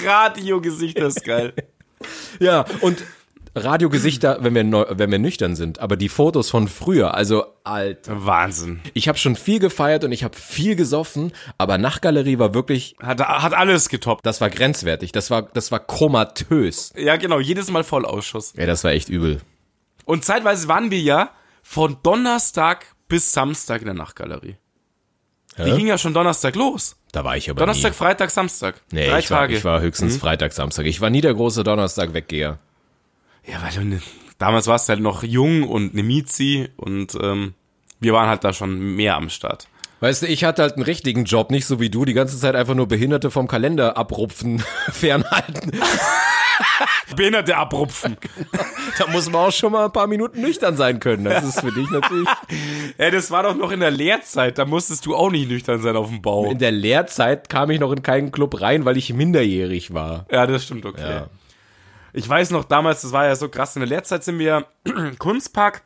Radiogesicht ist geil. Ja, und Radiogesichter, wenn wir, neu, wenn wir nüchtern sind, aber die Fotos von früher, also Alter. Wahnsinn. Ich habe schon viel gefeiert und ich habe viel gesoffen, aber Nachtgalerie war wirklich, Hat, hat alles getoppt. das war grenzwertig, das war, das war komatös. Ja, genau, jedes Mal Vollausschuss. Ja, das war echt übel. Und zeitweise waren wir ja von Donnerstag bis Samstag in der Nachtgalerie. Die Hä? ging ja schon Donnerstag los. Da war ich aber nie. Donnerstag, Freitag, Samstag. Nee, Drei ich, Tage. Mhm. War, ich war höchstens Freitag, Samstag. Ich war nie der große Donnerstag-Weggeher. ja, weil du ne, damals warst du halt noch jung und eine Mizi und ähm, wir waren halt da schon mehr am Start. Weißt du, ich hatte halt einen richtigen Job, nicht so wie du, die ganze Zeit einfach nur Behinderte vom Kalender abrupfen, fernhalten. Behinderte abrupfen. Da muss man auch schon mal ein paar Minuten nüchtern sein können. Das ist für dich natürlich. Ey, das war doch noch in der Lehrzeit, da musstest du auch nicht nüchtern sein auf dem Bau. In der Lehrzeit kam ich noch in keinen Club rein, weil ich minderjährig war. Ja, das stimmt, okay. Ja. Ich weiß noch, damals, das war ja so krass, in der Lehrzeit sind wir im Kunstpark.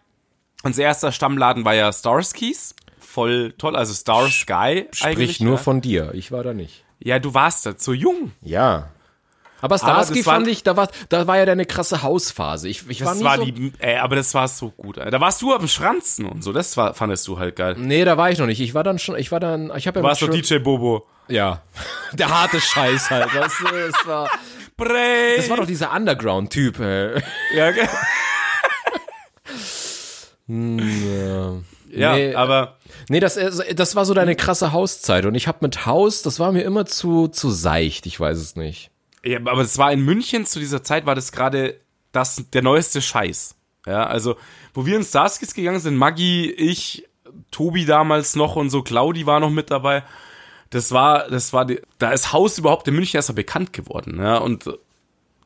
Unser erster Stammladen war ja Starskys. Voll toll, also Star Sky eigentlich. Sprich ja. nur von dir. Ich war da nicht. ja, du warst da zu jung. Ja. Aber Starsky das war- fand ich, da war, da war ja deine krasse Hausphase. Ich, ich war Das nie war so die, ey, aber das war so gut. Alter. Da warst du am Schranzen und so, das war, fandest du halt geil. Nee, da war ich noch nicht. Ich war dann schon, ich war dann, ich habe ja Du warst mit doch Schul- DJ Bobo. Ja. Der harte Scheiß halt. Weißt du, das war, Brei. das war doch dieser Underground-Typ. Äh. ja, ge- ja Hm, Nee, aber Nee, das, äh, das war so deine krasse Hauszeit. Und ich habe mit Haus, das war mir immer zu, zu seicht. Ich weiß es nicht. Ja, aber es war in München zu dieser Zeit, war das gerade das, der neueste Scheiß. Ja, also, wo wir in Starskis gegangen sind, Maggi, ich, Tobi damals noch und so, Claudi war noch mit dabei. Das war, das war, die, da ist Haus überhaupt in München erstmal bekannt geworden. Ja, und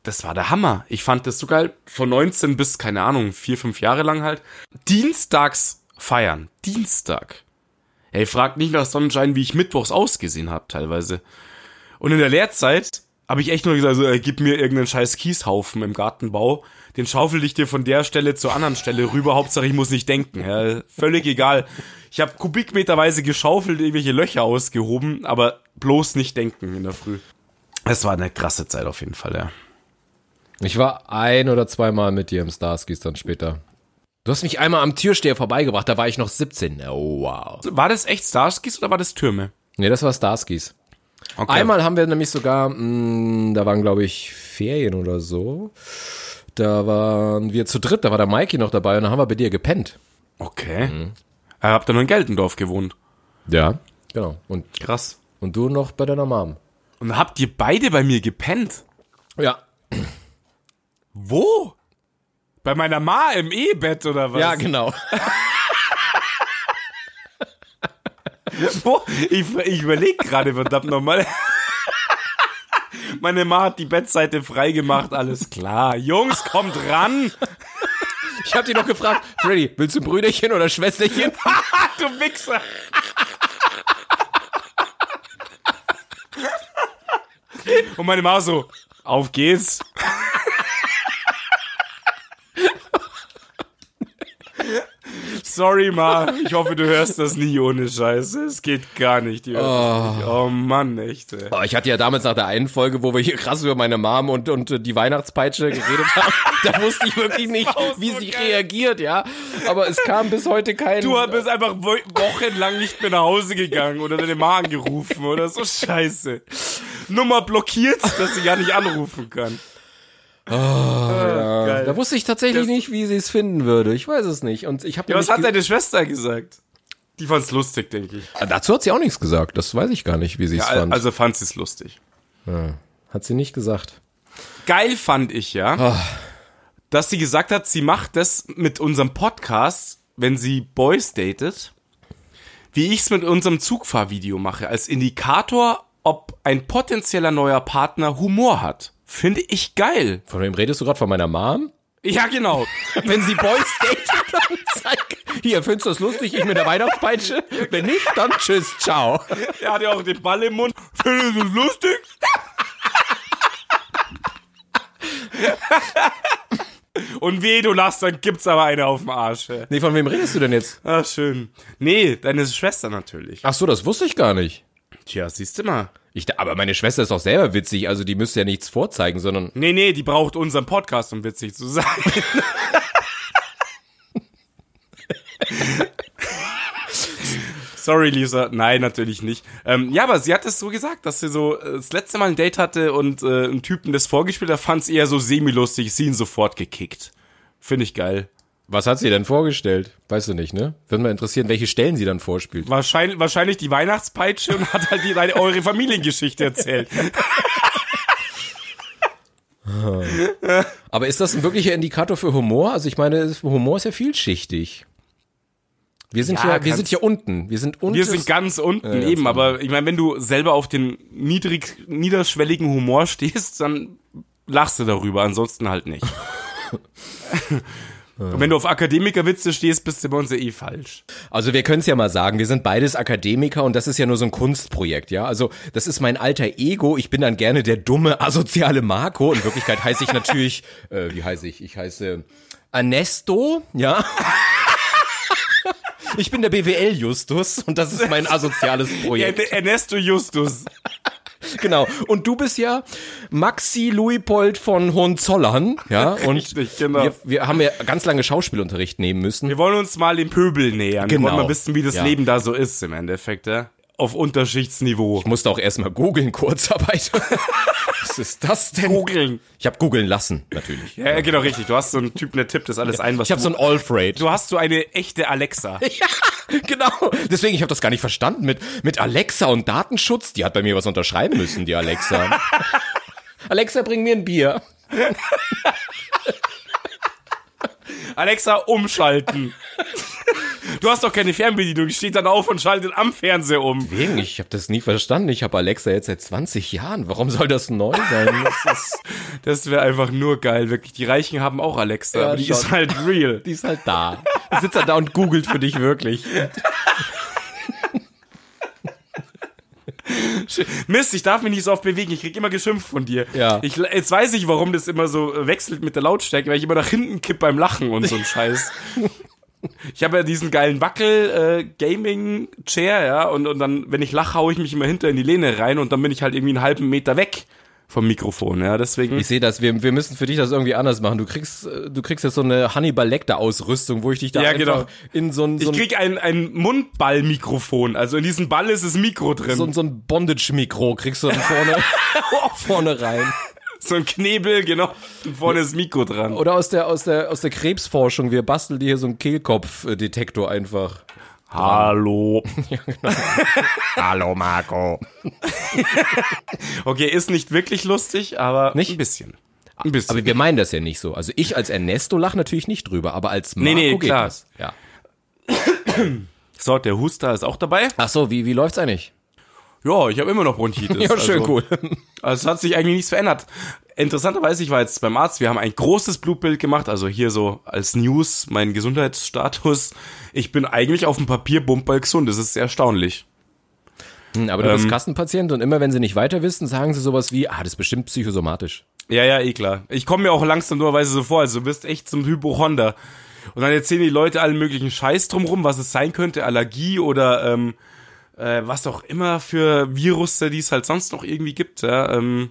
das war der Hammer. Ich fand das so geil. Von 19 bis, keine Ahnung, vier, fünf Jahre lang halt. Dienstags feiern. Dienstag. Ey, fragt nicht nach Sonnenschein, wie ich mittwochs ausgesehen habe teilweise. Und in der Lehrzeit habe ich echt nur gesagt, so, äh, gib mir irgendeinen scheiß Kieshaufen im Gartenbau, den schaufel ich dir von der Stelle zur anderen Stelle rüber, Hauptsache ich muss nicht denken, ja, völlig egal. Ich habe kubikmeterweise geschaufelt, irgendwelche Löcher ausgehoben, aber bloß nicht denken in der Früh. Es war eine krasse Zeit auf jeden Fall, ja. Ich war ein oder zweimal mit dir im Starskis dann später. Du hast mich einmal am Türsteher vorbeigebracht, da war ich noch 17. Oh, wow. War das echt Starskis oder war das Türme? Nee, das war Starskis. Okay. Einmal haben wir nämlich sogar, mh, da waren glaube ich Ferien oder so. Da waren wir zu dritt, da war der Mikey noch dabei und da haben wir bei dir gepennt. Okay. Äh, habt ihr nur in Geltendorf gewohnt? Ja. Genau. Und, Krass. und du noch bei deiner Mom. Und habt ihr beide bei mir gepennt? Ja. Wo? Bei meiner Ma im E-Bett oder was? Ja, genau. Wo? Ich, ich überlege gerade verdammt nochmal. Meine Ma hat die Bettseite freigemacht, alles klar. Jungs, kommt ran! Ich habe die noch gefragt, Freddy, willst du Brüderchen oder Schwesterchen? du Wichser! Und meine Ma so, auf geht's. Sorry, Ma. Ich hoffe, du hörst das nie ohne Scheiße. Es geht gar nicht. Die hört das nicht. oh Mann, echt. Ey. Aber ich hatte ja damals nach der einen Folge, wo wir hier krass über meine Mom und, und äh, die Weihnachtspeitsche geredet haben, da wusste ich wirklich nicht, auch wie so sie geil. reagiert, ja. Aber es kam bis heute kein... Du bist einfach wo- wochenlang nicht mehr nach Hause gegangen oder deine Ma angerufen oder so Scheiße. Nummer blockiert, dass sie gar nicht anrufen kann. Ah, Ah, Ja, geil. Da wusste ich tatsächlich nicht, wie sie es finden würde. Ich weiß es nicht. Und ich habe Ja, was hat deine Schwester gesagt? Die fand's lustig, denke ich. Dazu hat sie auch nichts gesagt. Das weiß ich gar nicht, wie sie es fand. Also fand sie's lustig. hat sie nicht gesagt. Geil fand ich ja, Ah. dass sie gesagt hat, sie macht das mit unserem Podcast, wenn sie Boys datet, wie ich's mit unserem Zugfahrvideo mache, als Indikator, ob ein potenzieller neuer Partner Humor hat. Finde ich geil. Von wem redest du gerade? Von meiner Mom? Ja, genau. Wenn sie Boys datet, dann zeig. Hier, findest du das lustig? Ich mit der Weihnachtspeitsche? Wenn nicht, dann tschüss, ciao. Er hat ja auch den Ball im Mund. Findest du das lustig? Und weh, du lachst, dann gibt's aber eine auf dem Arsch. ey. Nee, von wem redest du denn jetzt? Ach, Ah, schön. Nee, deine Schwester natürlich. Ach so, das wusste ich gar nicht. Tja, siehst du mal. Ich, da- aber meine Schwester ist doch selber witzig, also die müsste ja nichts vorzeigen, sondern Nee, nee, die braucht unseren Podcast, um witzig zu sein. Sorry, Lisa. Nein, natürlich nicht. Ähm, ja, aber sie hat es so gesagt, dass sie so äh, das letzte Mal ein Date hatte und äh, einen Typen das vorgespielt hat, fand es eher so semi-lustig, sie ihn sofort gekickt. Finde ich geil. was hat sie denn vorgestellt? Weißt du nicht, ne? Würde mal interessieren, welche Stellen sie dann vorspielt. Wahrscheinlich, wahrscheinlich die Weihnachtspeitsche und hat halt die, deine, eure Familiengeschichte erzählt. Aber ist das ein wirklicher Indikator für Humor? Also ich meine, es- Humor ist ja vielschichtig. Wir sind ja, Ja, wir kannst- sind hier unten. Wir sind unten. Wir sind ganz unten ganz eben, aber ich meine, wenn du selber auf den niedrig, niederschwelligen Humor stehst, dann lachst du darüber, ansonsten halt nicht. Und wenn du auf Akademikerwitze stehst, bist du bei uns ja eh falsch. also wir können es ja mal sagen, wir sind beides Akademiker und das ist ja nur so ein Kunstprojekt, ja? Also das ist mein alter Ego. Ich bin dann gerne der dumme, asoziale Marco. In Wirklichkeit heiße ich natürlich, äh, wie heiße ich? Ich heiße Ernesto, ja? Ich bin der BWL-Justus und das ist mein asoziales Projekt. Erne- Ernesto Justus. Genau. Und du bist ja Maxi Luipold von Hohenzollern. Ja, und Richtig, genau. wir, wir haben ja ganz lange Schauspielunterricht nehmen müssen. Wir wollen uns mal dem Pöbel nähern. Genau. Wir wollen mal wissen, wie das Ja. Leben da so ist im Endeffekt, ja? Auf Unterschichtsniveau. Ich musste auch erstmal googeln, Kurzarbeit. Was ist das denn? Googeln. Ich habe googeln lassen, natürlich. Ja, ja, genau, richtig. Du hast so einen Typen, der tippt das alles ein, was Ich habe du, so ein Allfraid. du hast so eine echte Alexa. Ja, genau. Deswegen, ich habe das gar nicht verstanden mit, mit Alexa und Datenschutz. Die hat bei mir was unterschreiben müssen, die Alexa. Alexa, bring mir ein Bier. Alexa, umschalten. Du hast doch keine Fernbedienung, steht dann auf und schaltet am Fernseher um. Deswegen, Ich habe das nie verstanden. Ich habe Alexa jetzt seit 20 Jahren. Warum soll das neu sein? Das ist Das wäre einfach nur geil, wirklich. Die Reichen haben auch Alexa, Ja, aber die schon. ist halt real. Die ist halt da. Die sitzt halt da und googelt für dich wirklich. Mist, ich darf mich nicht so oft bewegen, ich krieg immer geschimpft von dir. Ja. Ich, jetzt weiß ich, warum das immer so äh, wechselt mit der Lautstärke, weil ich immer nach hinten kipp beim Lachen und so ein Scheiß. Ich habe ja diesen geilen äh, Wackel-Gaming-Chair, ja, und, und dann, wenn ich lache, hau ich mich immer hinter in die Lehne rein und dann bin ich halt irgendwie einen halben Meter weg vom Mikrofon, ja, deswegen. Ich sehe das, wir, wir müssen für dich das irgendwie anders machen. Du kriegst, äh, du kriegst jetzt so eine Hannibal Lecter-Ausrüstung, wo ich dich da Ja, einfach genau. in so ein, ich so ein, krieg ein, ein Mundballmikrofon, also in diesem Ball ist das Mikro drin. so ein, so ein Bondage-Mikro kriegst du dann vorne, Oh. vorne rein. So ein Knebel, genau. Und vorne ist Mikro dran. Oder aus der, aus der, aus der Krebsforschung, wir basteln dir hier so einen Kehlkopf-Detektor einfach. Hallo. Hallo Marco. Okay, ist nicht wirklich lustig, aber Nicht? ein bisschen. Ein bisschen. Aber wir meinen das ja nicht so. Also ich als Ernesto lache natürlich nicht drüber, aber als Marco nee, geht klar. das. Ja. so, der Huster ist auch dabei. Ach so, wie, wie läuft's eigentlich? Ja, ich habe immer noch Bronchitis. also, cool. Also es hat sich eigentlich nichts verändert. Interessanterweise, ich war jetzt beim Arzt, wir haben ein großes Blutbild gemacht, also hier so als News, mein Gesundheitsstatus. Ich bin eigentlich auf dem Papier bumpball gesund, das ist sehr erstaunlich. Hm, Aber du Ähm. bist Kassenpatient und immer wenn sie nicht weiter wissen, sagen sie sowas wie, ah, das ist bestimmt psychosomatisch. Ja, ja, eh klar. Ich komme mir auch langsam nurweise so vor, also du bist echt zum Hypochonder. Und dann erzählen die Leute allen möglichen Scheiß drumrum, was es sein könnte, Allergie oder ähm, äh, was auch immer für Virusse, die es halt sonst noch irgendwie gibt. Ja, ähm,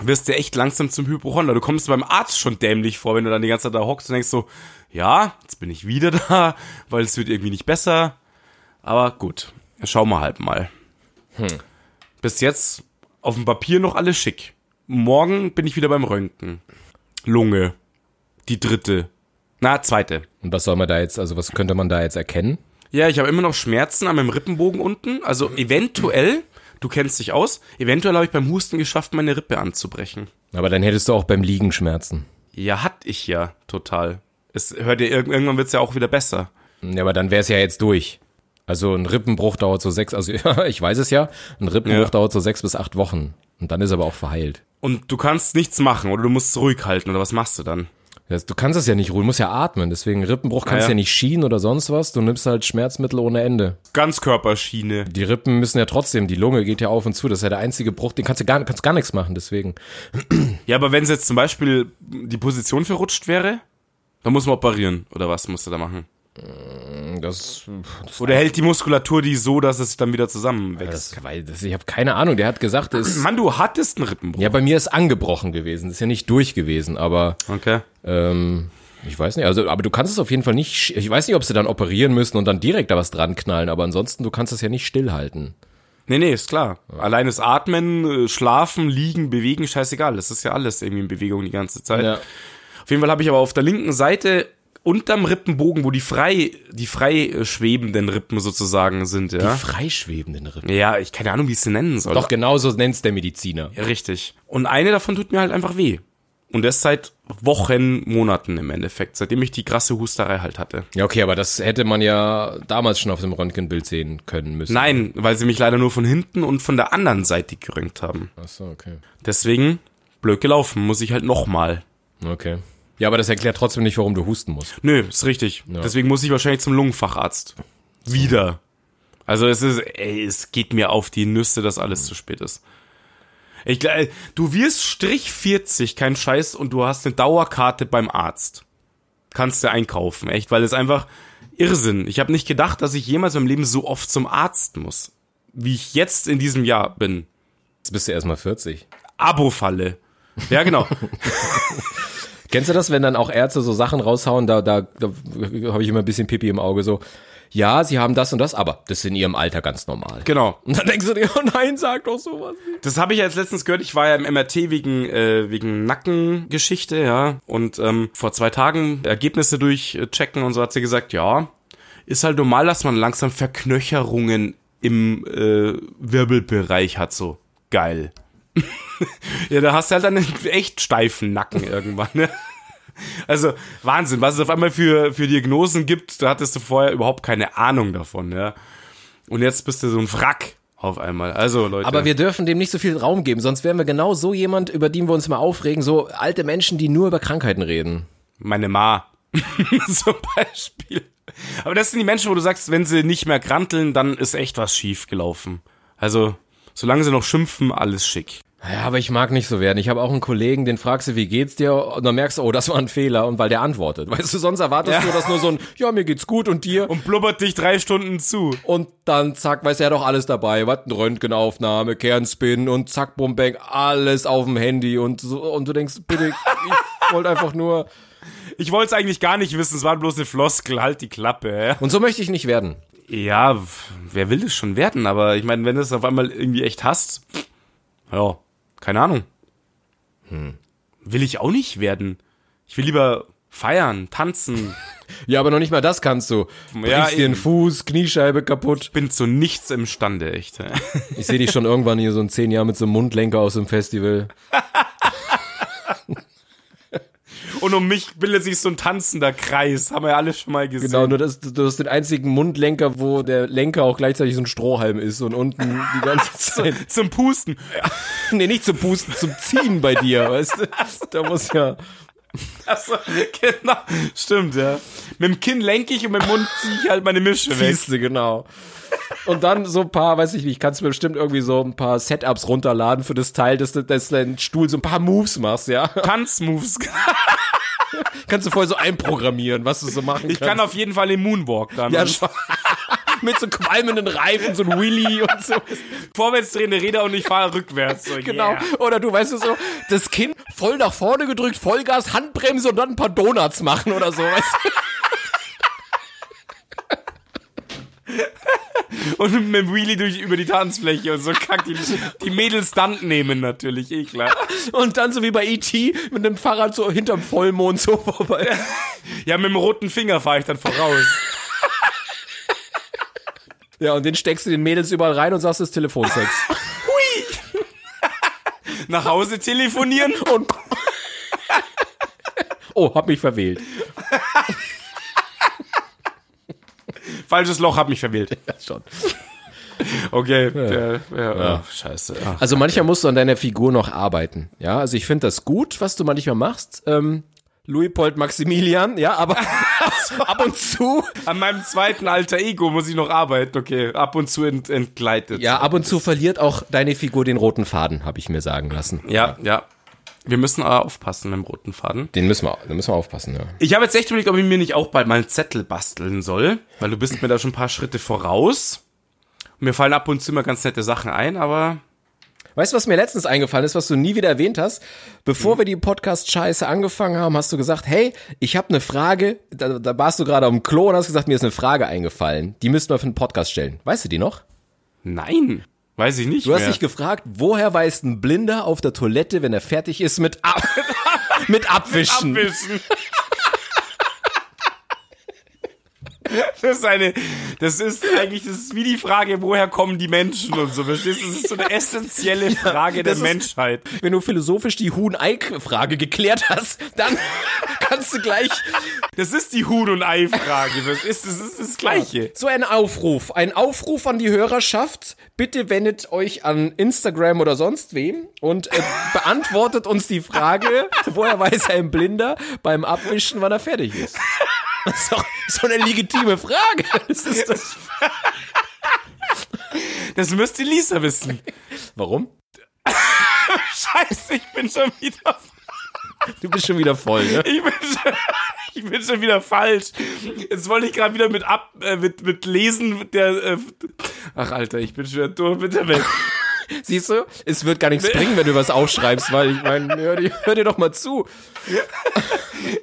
wirst du echt langsam zum Hypochonder. Du kommst beim Arzt schon dämlich vor, wenn du dann die ganze Zeit da hockst und denkst so, ja, jetzt bin ich wieder da, weil es wird irgendwie nicht besser. Aber gut, schauen wir halt mal. Bis jetzt auf dem Papier noch alles schick. Morgen bin ich wieder beim Röntgen. Lunge. Die dritte. Na, zweite. Und was soll man da jetzt, also was könnte man da jetzt erkennen? Ja, ich habe immer noch Schmerzen an meinem Rippenbogen unten. Also eventuell, du kennst dich aus, eventuell habe ich beim Husten geschafft, meine Rippe anzubrechen. Aber dann hättest du auch beim Liegen Schmerzen. Ja, hatte ich ja total. Es hört ja, irg- irgendwann wird's ja auch wieder besser. Ja, aber dann wär's ja jetzt durch. Also ein Rippenbruch dauert so sechs, also ich weiß es ja, ein Rippenbruch Ja. dauert so sechs bis acht Wochen. Und dann ist aber auch verheilt. Und du kannst nichts machen oder du musst es ruhig halten oder was machst du dann? Das, du kannst es ja nicht ruhen, du musst ja atmen. Deswegen Rippenbruch kannst Ja, ja. ja nicht schienen oder sonst was. Du nimmst halt Schmerzmittel ohne Ende. Ganzkörperschiene. Die Rippen müssen ja trotzdem, die Lunge geht ja auf und zu. Das ist ja der einzige Bruch, den kannst du gar, kannst gar nichts machen. Deswegen Ja, aber wenn es jetzt zum Beispiel die Position verrutscht wäre, dann muss man operieren oder was musst du da machen? das, Oder hält die Muskulatur die so, dass es dann wieder zusammenwächst? das, weil das ich habe keine Ahnung. Der hat gesagt, es Mann, du hattest einen Rippenbruch. ja bei mir ist angebrochen gewesen. Ist ja nicht durch gewesen, aber Okay. ähm, ich weiß nicht. Also aber du kannst es auf jeden Fall nicht. sch- Ich weiß nicht, ob sie dann operieren müssen und dann direkt da was dran knallen. Aber ansonsten du kannst es ja nicht stillhalten. Nee, nee, ist klar. Allein das Atmen, äh, Schlafen, Liegen, Bewegen, scheißegal. Das ist ja alles irgendwie in Bewegung die ganze Zeit. Auf jeden Fall habe ich aber auf der linken Seite unterm Rippenbogen, wo die frei, die frei äh, schwebenden Rippen sozusagen sind, ja. Die freischwebenden Rippen. Ja, ich keine Ahnung, wie ich sie nennen soll. Doch genau genauso nennt's der Mediziner. Ja, Richtig. Und eine davon tut mir halt einfach weh. Und das seit Wochen, Monaten im Endeffekt, seitdem ich die krasse Husterei halt hatte. Ja, okay, aber das hätte man ja damals schon auf dem Röntgenbild sehen können müssen. Nein, weil sie mich leider nur von hinten und von der anderen Seite gerönt haben. Ach so, okay. Deswegen, blöd gelaufen, muss ich halt nochmal. Okay. Ja, aber das erklärt trotzdem nicht, warum du husten musst. Nö, ist richtig. Deswegen muss ich wahrscheinlich zum Lungenfacharzt. Wieder. Also es ist, ey, es geht mir auf die Nüsse, dass alles zu spät ist. Ich, gl- äh, du wirst Strich 40, kein Scheiß, und du hast eine Dauerkarte beim Arzt. Kannst du einkaufen, echt, weil es einfach Irrsinn. Ich habe nicht gedacht, dass ich jemals im Leben so oft zum Arzt muss, wie ich jetzt in diesem Jahr bin. Jetzt bist du erst mal 40. Abo-Falle. Ja, genau. Kennst du das, wenn dann auch Ärzte so Sachen raushauen, da, da, da habe ich immer ein bisschen Pipi im Auge so. Ja, sie haben das und das, aber das ist in ihrem Alter ganz normal. genau. Und dann denkst du dir, oh nein, sag doch sowas. nicht. Das habe ich ja jetzt letztens gehört. Ich war ja im MRT wegen, äh, wegen Nackengeschichte, ja. Und ähm, vor zwei Tagen Ergebnisse durchchecken und so hat sie gesagt, ja, ist halt normal, dass man langsam Verknöcherungen im äh, Wirbelbereich hat. So geil. ja, da hast du halt dann einen echt steifen Nacken irgendwann. Ne? Also Wahnsinn, was es auf einmal für, für Diagnosen gibt, da hattest du vorher überhaupt keine Ahnung davon, ja. Und jetzt bist du so ein Wrack auf einmal. Also Leute. Aber wir dürfen dem nicht so viel Raum geben, sonst wären wir genau so jemand, über den wir uns mal aufregen, so alte Menschen, die nur über Krankheiten reden. meine Ma zum Beispiel. Aber das sind die Menschen, wo du sagst, wenn sie nicht mehr kranteln, dann ist echt was schief gelaufen. Also, solange sie noch schimpfen, alles schick. Ja, aber ich mag nicht so werden. Ich habe auch einen Kollegen, den fragst du, wie geht's dir? Und dann merkst du, oh, das war ein Fehler. Und weil der antwortet. Weißt du, sonst erwartest Ja. du, dass nur so ein, ja, Um- mir geht's gut und dir. Und blubbert dich drei Stunden zu. Und dann, zack, weiß er doch alles dabei. Was, eine Röntgenaufnahme, Kernspin und zack, bum, bang, alles auf dem Handy. Und so, und du denkst, bitte, ich wollte einfach nur. Ich wollte es eigentlich gar nicht wissen, es war bloß eine Floskel, halt die Klappe. Und so möchte ich nicht werden. Ja, w- wer will das schon werden? Aber ich meine, wenn du es auf einmal irgendwie echt hast, pff, ja, keine Ahnung. Hm. Will ich auch nicht werden. Ich will lieber feiern, tanzen, Ja, aber noch nicht mal das kannst du. Brichst Ja, dir einen eben. Fuß, Kniescheibe kaputt. bin zu nichts imstande, echt. Ich sehe dich schon irgendwann hier so in zehn Jahren mit so einem Mundlenker aus dem Festival. Und um mich bildet sich so ein tanzender Kreis, haben wir ja alle schon mal gesehen. Genau, nur das, du hast den einzigen Mundlenker, wo der Lenker auch gleichzeitig so ein Strohhalm ist und unten die ganze Zeit. Zum Pusten. nee, nicht zum Pusten, zum Ziehen bei dir, weißt du? Da muss ja. Also, genau. Stimmt, ja. Mit dem Kinn lenke ich und mit dem Mund ziehe ich halt meine Mische weg. Siehste, genau. Und dann so ein paar, weiß ich nicht, kannst du bestimmt irgendwie so ein paar Setups runterladen für das Teil, dass, du- dass dein Stuhl so ein paar Moves machst, ja? Tanzmoves. Kannst du vorher so einprogrammieren, was du so machen Ich kannst. kann auf jeden Fall den Moonwalk dann. ja, Und schon. Mit so qualmenden Reifen, so ein Wheelie und so. vorwärts drehende Räder und ich fahre rückwärts. So, Genau. Yeah. Oder du weißt du so, das Kind voll nach vorne gedrückt, Vollgas, Handbremse und dann ein paar Donuts machen oder so. Weißt du? Und mit dem Wheelie durch über die Tanzfläche und so kack die, die Mädels Stunt nehmen natürlich, eh klar. Und dann so wie bei E.T. mit dem Fahrrad so hinterm Vollmond so vorbei. Ja, mit dem roten Finger fahre ich dann voraus. Ja, und den steckst du den Mädels überall rein und sagst, das ist Telefonsex. Nach Hause telefonieren. Und. Oh, hab mich verwählt. Falsches Loch hat mich verwählt. Schon. Okay. Ja. Ja, Oh, scheiße. Ach. Also manchmal musst du an deiner Figur noch arbeiten. Ja, also ich finde das gut, was du manchmal machst. Ähm, Louis-Pold Maximilian, ja, aber ab und zu An meinem zweiten alter Ego muss ich noch arbeiten, okay. Ab und zu ent entgleitet. Ja, ab und zu verliert auch deine Figur den roten Faden, habe ich mir sagen lassen. ja, ja. Wir müssen aber aufpassen mit dem roten Faden. Den müssen wir, da müssen wir aufpassen, ja. Ich habe jetzt echt überlegt, ob ich mir nicht auch bald mal einen Zettel basteln soll, weil du bist mir da schon ein paar Schritte voraus. Mir fallen ab und zu immer ganz nette Sachen ein, aber Weißt du, was mir letztens eingefallen ist, was du nie wieder erwähnt hast? Bevor wir die Podcast-Scheiße angefangen haben, hast du gesagt, hey, ich habe eine Frage, da, da warst du gerade am Klo und hast gesagt, mir ist eine Frage eingefallen. Die müssten wir für den Podcast stellen. Weißt du die noch? nein, weiß ich nicht Du hast mehr. dich gefragt, woher weiß ein Blinder auf der Toilette, wenn er fertig ist, mit, ab mit Abwischen? abwischen. Das ist eine, das ist eigentlich, das ist wie die Frage, woher kommen die Menschen und so, verstehst du? Das ist so eine essentielle Frage der das ist- Menschheit. Wenn du philosophisch die Huhn-Ei-Frage geklärt hast, dann kannst du gleich Das ist die Huhn- und Ei-Frage. Das ist, das ist das Gleiche. So ein Aufruf, ein Aufruf an die Hörerschaft. Bitte wendet euch an Instagram oder sonst wem und äh, beantwortet uns die Frage, woher weiß ein Blinder beim Abwischen, wann er fertig ist. Das ist doch so eine legitime Frage. Das ist doch- Das müsste Lisa wissen. Warum? Scheiße, ich bin schon wieder, Du bist schon wieder voll, ne? ich bin schon, ich bin schon wieder falsch. Jetzt wollte ich gerade wieder mit ab, äh, mit, mit lesen der, äh, ach Alter, ich bin schon wieder durch, bitte weg. Siehst du, es wird gar nichts bringen, wenn du was aufschreibst, weil ich meine, hör, dir- hör dir doch mal zu.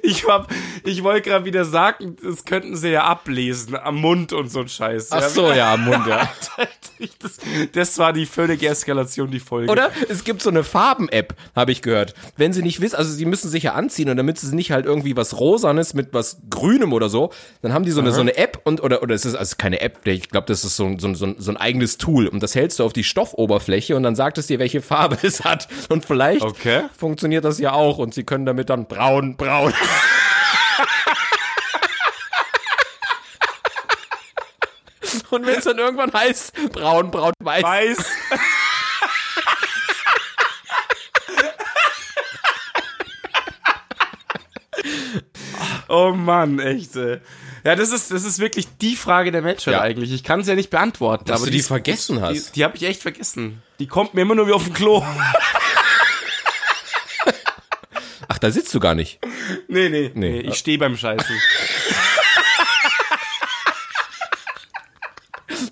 Ich hab, ich wollte gerade wieder sagen, das könnten sie ja ablesen am Mund und so ein Scheiß. Ach so, ja, am Mund, ja. Ich- Das, das war die völlige Eskalation, die Folge. Oder es gibt so eine Farben-App, habe ich gehört. Wenn sie nicht wissen, also sie müssen sich ja anziehen und damit sie nicht halt irgendwie was Rosanes mit was Grünem oder so, dann haben die so eine, so eine App und oder oder es ist also keine App, ich glaube, das ist so, ein- so, ein- so, ein- so ein eigenes Tool und das hältst du auf die Stoffoberfläche und dann sagt es dir, welche Farbe es hat und vielleicht Okay. funktioniert das ja auch und sie können damit dann braun, braun. Und wenn es dann irgendwann heißt, braun, braun, weiß, Weiß. oh Mann, echt. ey. Ja, das ist, das ist wirklich die Frage der Menschheit Ja. eigentlich. Ich kann es ja nicht beantworten. dass aber du die vergessen hast. die, die habe ich echt vergessen. Die kommt mir immer nur wie auf den Klo. Ach, da sitzt du gar nicht. Nee, nee, nee. Nee. ich stehe beim Scheißen.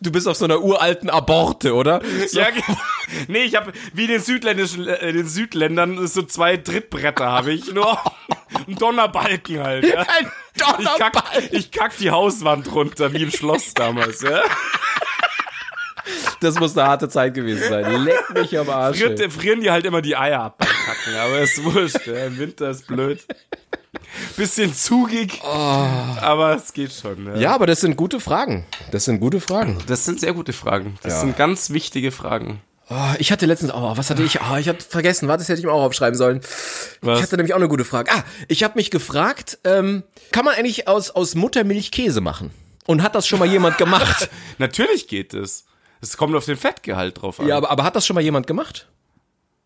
Du bist auf so einer uralten Aborte, oder? ja, ge- nee, ich habe wie den südländischen, äh, den Südländern so zwei Trittbretter habe ich, nur einen Donnerbalken halt. Ja. Ein Ich kack, Donnerball. ich kack die Hauswand runter, wie im Schloss damals, ja. Das muss eine harte Zeit gewesen sein. Leck mich am Arsch. ey. Friert, frieren die halt immer die Eier ab beim Kacken, aber ist wurscht, ja. im Winter ist blöd. Bisschen zugig, aber es geht schon. Ah. Ja. Ja, aber das sind gute Fragen. Das sind gute Fragen. Das sind sehr gute Fragen. Das sind ganz wichtige Fragen. Oh, ich hatte letztens, oh, was hatte ich? Oh, ich habe vergessen, warte, das hätte ich mir auch aufschreiben sollen. Ich hatte nämlich auch eine gute Frage. Ah, ich habe mich gefragt, ähm, kann man eigentlich aus, aus Muttermilch Käse machen? Und hat das schon mal jemand gemacht? Natürlich geht es. Es kommt auf den Fettgehalt drauf an. ja, aber, aber hat das schon mal jemand gemacht?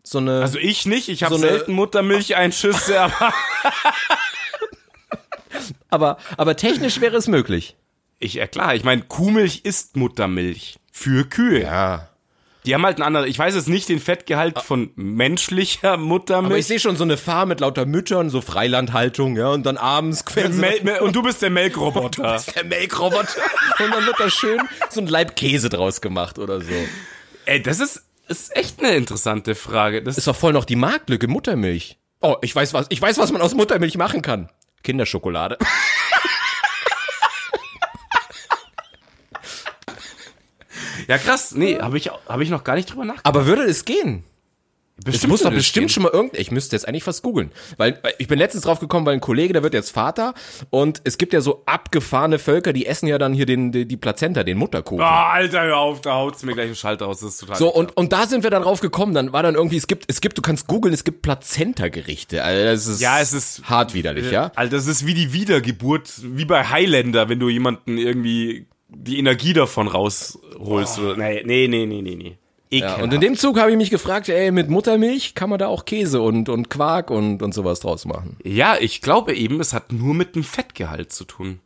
So eine. also ich nicht, ich habe So eine- selten Muttermilch-Einschüsse, aber aber, aber technisch wäre es möglich. ich, ja klar, ich meine, Kuhmilch ist Muttermilch. Für Kühe. Ja. Die haben halt einen anderen, ich weiß jetzt nicht den Fettgehalt von menschlicher Aber ich Muttermilch. sehe schon so eine Farm mit lauter Müttern, so Freilandhaltung, ja, und dann abends quälen sie Mel- Mel- und du bist der Melkroboter. der Melkroboter und dann wird da schön so ein Leib Käse draus gemacht oder so. Ey, das ist, ist echt eine interessante Frage. Das, Ist doch voll noch die Marktlücke Muttermilch. Oh, ich weiß was, ich weiß, was man aus Muttermilch machen kann. Kinderschokolade. ja, krass. Nee, habe ich, hab ich noch gar nicht drüber nachgedacht. Aber würde es gehen? Bestimmt Es muss doch würde es bestimmt gehen. schon mal irgend. Ich müsste jetzt eigentlich fast googeln. Weil weil ich bin letztens drauf gekommen, weil ein Kollege, der wird jetzt Vater und es gibt ja so abgefahrene Völker, die essen ja dann hier den, die, die Plazenta, den Mutterkuchen. Ah, Alter, hör auf, da haut's mir gleich einen Schalter aus. Das ist total. So, und, und da sind wir dann drauf gekommen. Dann war dann irgendwie, es gibt, es gibt, du kannst googeln, es gibt Plazenta-Gerichte. Also das ist Ja, es ist- äh, hart widerlich, ja? Alter, das ist wie die Wiedergeburt, wie bei Highlander, wenn du jemanden irgendwie die Energie davon rausholst. Oder, nee, nee, nee, nee, nee, nee. Ja, Ekelhaft. und in dem Zug habe ich mich gefragt, ey, mit Muttermilch kann man da auch Käse und, und Quark und, und sowas draus machen. Ja, ich glaube eben, es hat nur mit dem Fettgehalt zu tun.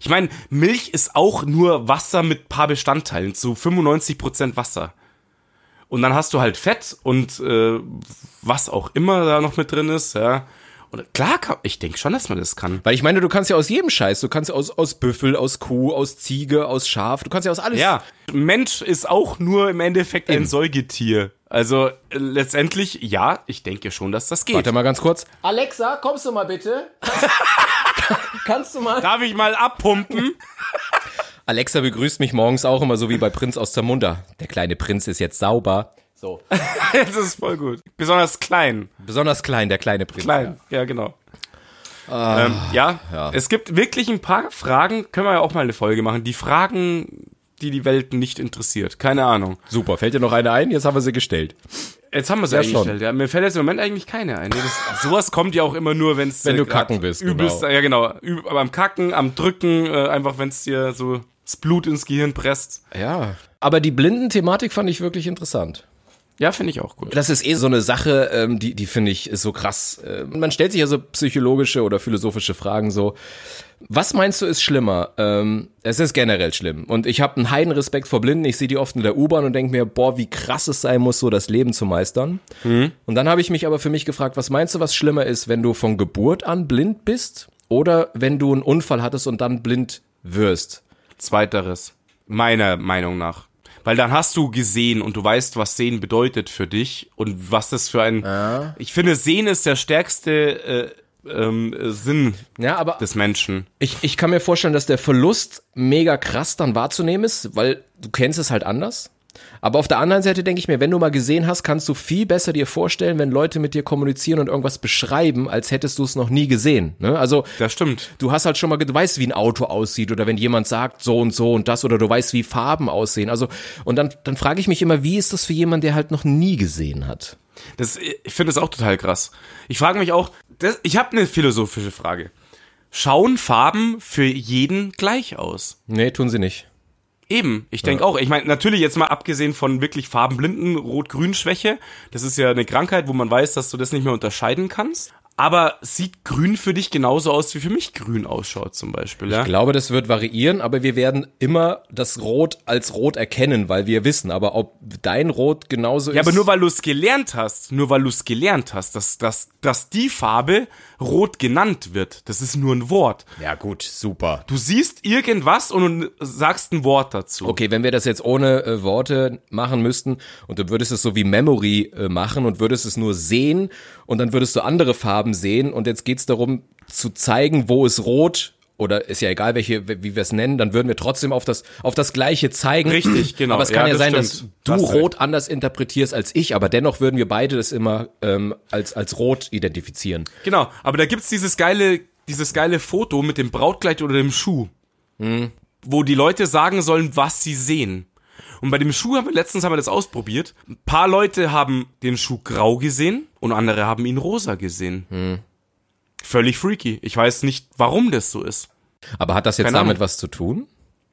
Ich meine, Milch ist auch nur Wasser mit paar Bestandteilen, zu 95% Wasser. Und dann hast du halt Fett und äh, was auch immer da noch mit drin ist, ja. Und klar, kann, ich denke schon, dass man das kann. Weil ich meine, du kannst ja aus jedem Scheiß, du kannst ja aus, aus Büffel, aus Kuh, aus Ziege, aus Schaf, du kannst ja aus alles. Ja, Mensch ist auch nur im Endeffekt ein Säugetier. Also äh, letztendlich, ja, ich denke schon, dass das geht. Warte mal ganz kurz. Alexa, kommst du mal bitte? kannst du mal? Darf ich mal abpumpen? Alexa begrüßt mich morgens auch immer so wie bei Prinz aus Zamunda. Der kleine Prinz ist jetzt sauber. So. das ist voll gut. Besonders klein. Besonders klein, der kleine Prinz. Klein, ja, genau. Ah, ähm, ja, es gibt wirklich ein paar Fragen, können wir ja auch mal eine Folge machen. Die Fragen, die die Welt nicht interessiert. Keine Ahnung. Super, fällt dir noch eine ein? Jetzt haben wir sie gestellt. Jetzt haben wir es Ja, ja, eingestellt. schon. Ja, mir fällt jetzt im Moment eigentlich keine ein. Nee, Das, sowas kommt ja auch immer nur, wenn's Wenn dir du grad kacken bist, Übelst, genau. Ja, genau. Üb, aber am Kacken, am Drücken, äh, einfach wenn's dir so das Blut ins Gehirn presst. Ja. Aber die Blinden-Thematik fand ich wirklich interessant. Ja, finde ich auch gut. Das ist eh so eine Sache, ähm, die, die finde ich ist so krass. Äh, man stellt sich ja so psychologische oder philosophische Fragen so. Was meinst du ist schlimmer? Ähm, es ist generell schlimm. Und ich habe einen heiden Respekt vor Blinden. Ich sehe die oft in der U-Bahn und denke mir, boah, wie krass es sein muss, so das Leben zu meistern. Und dann habe ich mich aber für mich gefragt, was meinst du, was schlimmer ist, wenn du von Geburt an blind bist oder wenn du einen Unfall hattest und dann blind wirst? Zweiteres. Meiner Meinung nach. Weil dann hast du gesehen und du weißt, was Sehen bedeutet für dich und was das für ein. Ich finde, Sehen ist der stärkste äh, ähm, äh, Sinn Ja, aber des Menschen. Ich, ich kann mir vorstellen, dass der Verlust mega krass dann wahrzunehmen ist, weil du kennst es halt anders. Aber auf der anderen Seite denke ich mir, wenn du mal gesehen hast, kannst du viel besser dir vorstellen, wenn Leute mit dir kommunizieren und irgendwas beschreiben, als hättest du es noch nie gesehen. Ne? Also Das stimmt. du hast halt schon mal, ge- du weißt, wie ein Auto aussieht oder wenn jemand sagt so und so und das oder du weißt, wie Farben aussehen. Also und dann, dann frage ich mich immer, wie ist das für jemanden, der halt noch nie gesehen hat? Das, ich finde das auch total krass. Ich frage mich auch, das, ich habe eine philosophische Frage. Schauen Farben für jeden gleich aus? Nee, tun sie nicht. Eben, ich denke auch. Ich meine, natürlich jetzt mal abgesehen von wirklich farbenblinden Rot-Grün-Schwäche, das ist ja eine Krankheit, wo man weiß, dass du das nicht mehr unterscheiden kannst. Aber sieht grün für dich genauso aus, wie für mich grün ausschaut zum Beispiel, ja? Ich glaube, das wird variieren, aber wir werden immer das Rot als Rot erkennen, weil wir wissen. Aber ob dein Rot genauso Ja, ist. aber nur weil du es gelernt hast, nur weil du es gelernt hast, dass, dass, dass die Farbe rot genannt wird, das ist nur ein Wort. ja, gut, super. Du siehst irgendwas und du sagst ein Wort dazu. Okay, wenn wir das jetzt ohne äh, Worte machen müssten und du würdest es so wie Memory äh, machen und würdest es nur sehen und dann würdest du andere Farben sehen und jetzt geht's darum zu zeigen, wo es rot oder ist ja egal, welche, wie wir es nennen, dann würden wir trotzdem auf das, auf das Gleiche zeigen. Richtig, genau. Aber es kann ja, Ja, das sein, stimmt. halt. dass du Hast recht. rot anders interpretierst als ich, aber dennoch würden wir beide das immer ähm, als, als rot identifizieren. Genau, aber da gibt's dieses geile, dieses geile Foto mit dem Brautkleid oder dem Schuh, wo die Leute sagen sollen, was sie sehen. Und bei dem Schuh haben wir letztens haben wir das ausprobiert. Ein paar Leute haben den Schuh grau gesehen und andere haben ihn rosa gesehen. Völlig freaky. Ich weiß nicht, warum das so ist. Aber hat das jetzt Keine Ahnung. damit was zu tun?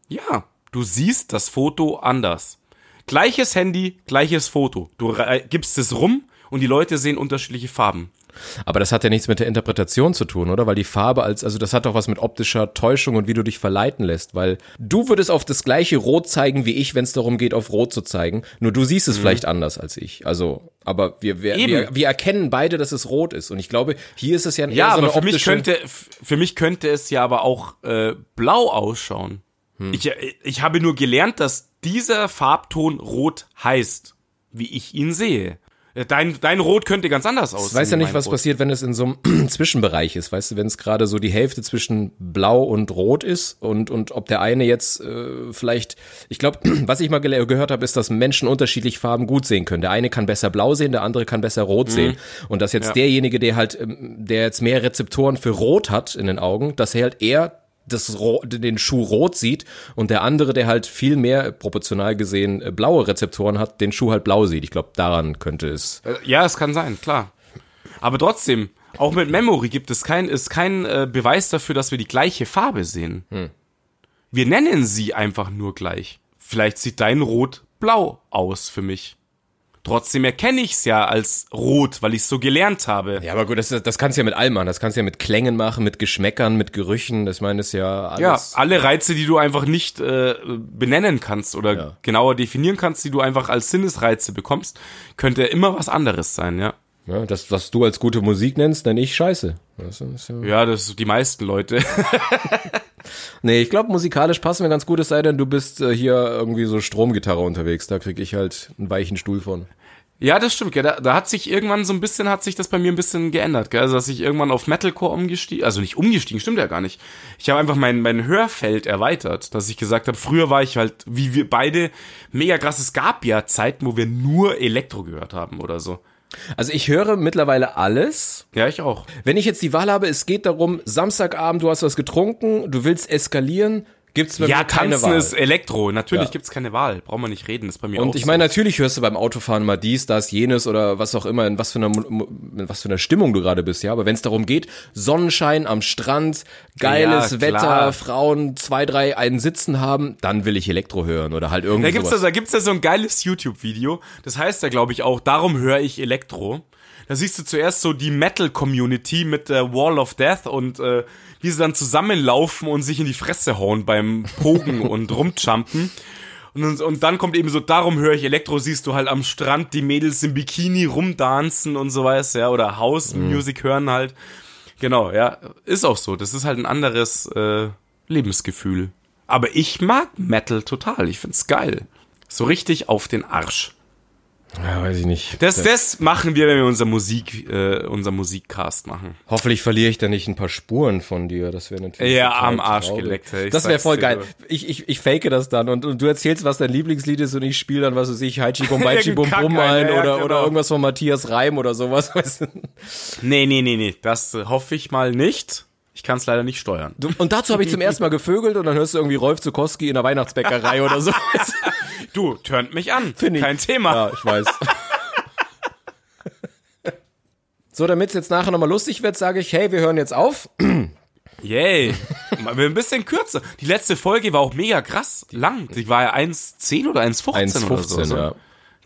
Ja, du siehst das Foto anders. Gleiches Handy, gleiches Foto. Du rei- gibst es rum und die Leute sehen unterschiedliche Farben. Aber das hat ja nichts mit der Interpretation zu tun, oder? Weil die Farbe als, also das hat doch was mit optischer Täuschung und wie du dich verleiten lässt, weil du würdest auf das gleiche Rot zeigen wie ich, wenn es darum geht, auf Rot zu zeigen. Nur du siehst es vielleicht anders als ich. Also, aber wir, wir, Mhm. Eben. wir, wir erkennen beide, dass es rot ist. Und ich glaube, hier ist es ja eher Ja, so eine aber für mich optische- könnte f- für mich könnte es ja aber auch äh, blau ausschauen. Hm. Ich, äh, ich habe nur gelernt, dass dieser Farbton rot heißt, wie ich ihn sehe. Äh, Dein, dein Rot könnte ganz anders aussehen. Ich weiß ja nicht, mein was Rot. passiert, wenn es in so einem Zwischenbereich ist. Weißt du, wenn es gerade so die Hälfte zwischen Blau und Rot ist und, und ob der eine jetzt äh, vielleicht, ich glaube, was ich mal gele- gehört habe, ist, dass Menschen unterschiedlich Farben gut sehen können. Der eine kann besser Blau sehen, der andere kann besser Rot sehen. Und dass jetzt derjenige, der halt, ähm, der jetzt mehr Rezeptoren für Rot hat in den Augen, dass er halt eher das Ro- den Schuh rot sieht und der andere, der halt viel mehr proportional gesehen äh, blaue Rezeptoren hat, den Schuh halt blau sieht. Ich glaube, daran könnte es Äh, Ja, es kann sein, klar. Aber trotzdem, auch mit Memory gibt es kein, ist kein äh, Beweis dafür, dass wir die gleiche Farbe sehen. Hm. Wir nennen sie einfach nur gleich. Vielleicht sieht dein Rot blau aus für mich. Trotzdem erkenne ich es ja als rot, weil ich es so gelernt habe. Ja, aber gut, das, das kannst du ja mit allem machen. Das kannst du ja mit Klängen machen, mit Geschmäckern, mit Gerüchen. Das meine ist ja Ja, alles. alle Reize, die du einfach nicht äh, benennen kannst oder Ja. genauer definieren kannst, die du einfach als Sinnesreize bekommst, könnte immer was anderes sein, ja. Ja, das, was Ne, du als gute Musik nennst, nenne ich Scheiße. Das ist ja Ja, das die meisten Leute. nee, ich glaube, musikalisch passen wir ganz gut, es sei denn, du bist äh, hier irgendwie so Stromgitarre unterwegs. Da krieg ich halt einen weichen Stuhl von. Ja, das stimmt, gell. Da, da hat sich irgendwann so ein bisschen, hat sich das bei mir ein bisschen geändert, gell. Also, dass ich irgendwann auf Metalcore umgestiegen, also nicht umgestiegen, stimmt ja gar nicht. Ich habe einfach mein, mein Hörfeld erweitert, dass ich gesagt habe, früher war ich halt, wie wir beide, mega krass. Es gab ja Zeiten, wo wir nur Elektro gehört haben oder so. Also ich höre mittlerweile alles. Ja, ich auch. Wenn ich jetzt die Wahl habe, es geht darum, Samstagabend, du hast was getrunken, du willst eskalieren, gibt's bei Ja, mir keine tanzen Wahl. ist Elektro. Natürlich Ja. gibt's keine Wahl. Brauchen wir nicht reden, ist bei mir auch Und ich so. meine, natürlich hörst du beim Autofahren mal dies, das, jenes oder was auch immer, in was für einer, Mu- Mu- in was für einer Stimmung du gerade bist, ja. Aber wenn es darum geht, Sonnenschein am Strand, geiles Ja, Wetter, klar. Frauen zwei, drei einen sitzen haben, dann will ich Elektro hören oder halt Da irgendwie gibt's, sowas. da, da gibt's ja so ein geiles YouTube-Video. Das heißt ja, glaube ich, auch, darum höre ich Elektro. Da siehst du zuerst so die Metal-Community mit der Wall of Death und äh, wie sie dann zusammenlaufen und sich in die Fresse hauen beim Pogen und rumjumpen. Und, und dann kommt eben so, darum höre ich Elektro, siehst du halt am Strand die Mädels im Bikini rumdanzen und so was, ja, oder House Mhm. Music hören halt. Genau, ja, ist auch so. Das ist halt ein anderes äh, Lebensgefühl. Aber ich mag Metal total. Ich find's geil. So richtig auf den Arsch. ja, weiß ich nicht. Das, das machen wir, wenn wir unser Musik, äh, unser Musikcast machen. Hoffentlich verliere ich da nicht ein paar Spuren von dir. Das wäre natürlich. Ja, total am Arsch traurig. geleckt, ey, ich Das wäre sag's voll dir geil. nur. Ich, ich, ich fake das dann und, und du erzählst, was dein Lieblingslied ist und ich spiele dann, was weiß ich, Haichi Bum Baichi Bum Irgendein Bum Kack, ein Alter, ja, oder, oder genau. irgendwas von Matthias Reim oder sowas. Weißt du? Nee, nee, nee, nee. Das äh, hoffe ich mal nicht. Ich kann's leider nicht steuern. Du- Und dazu habe ich zum ersten Mal gevögelt und dann hörst du irgendwie Rolf Zukowski in der Weihnachtsbäckerei oder so. Du, turnt mich an. Find ich. Kein Thema. Ja, ich weiß. So, damit es jetzt nachher nochmal lustig wird, sage ich, hey, wir hören jetzt auf. Yay. Mal ein bisschen kürzer. Die letzte Folge war auch mega krass lang. Die war ja 1,10 oder 1,15 oder so. 1,15, ja.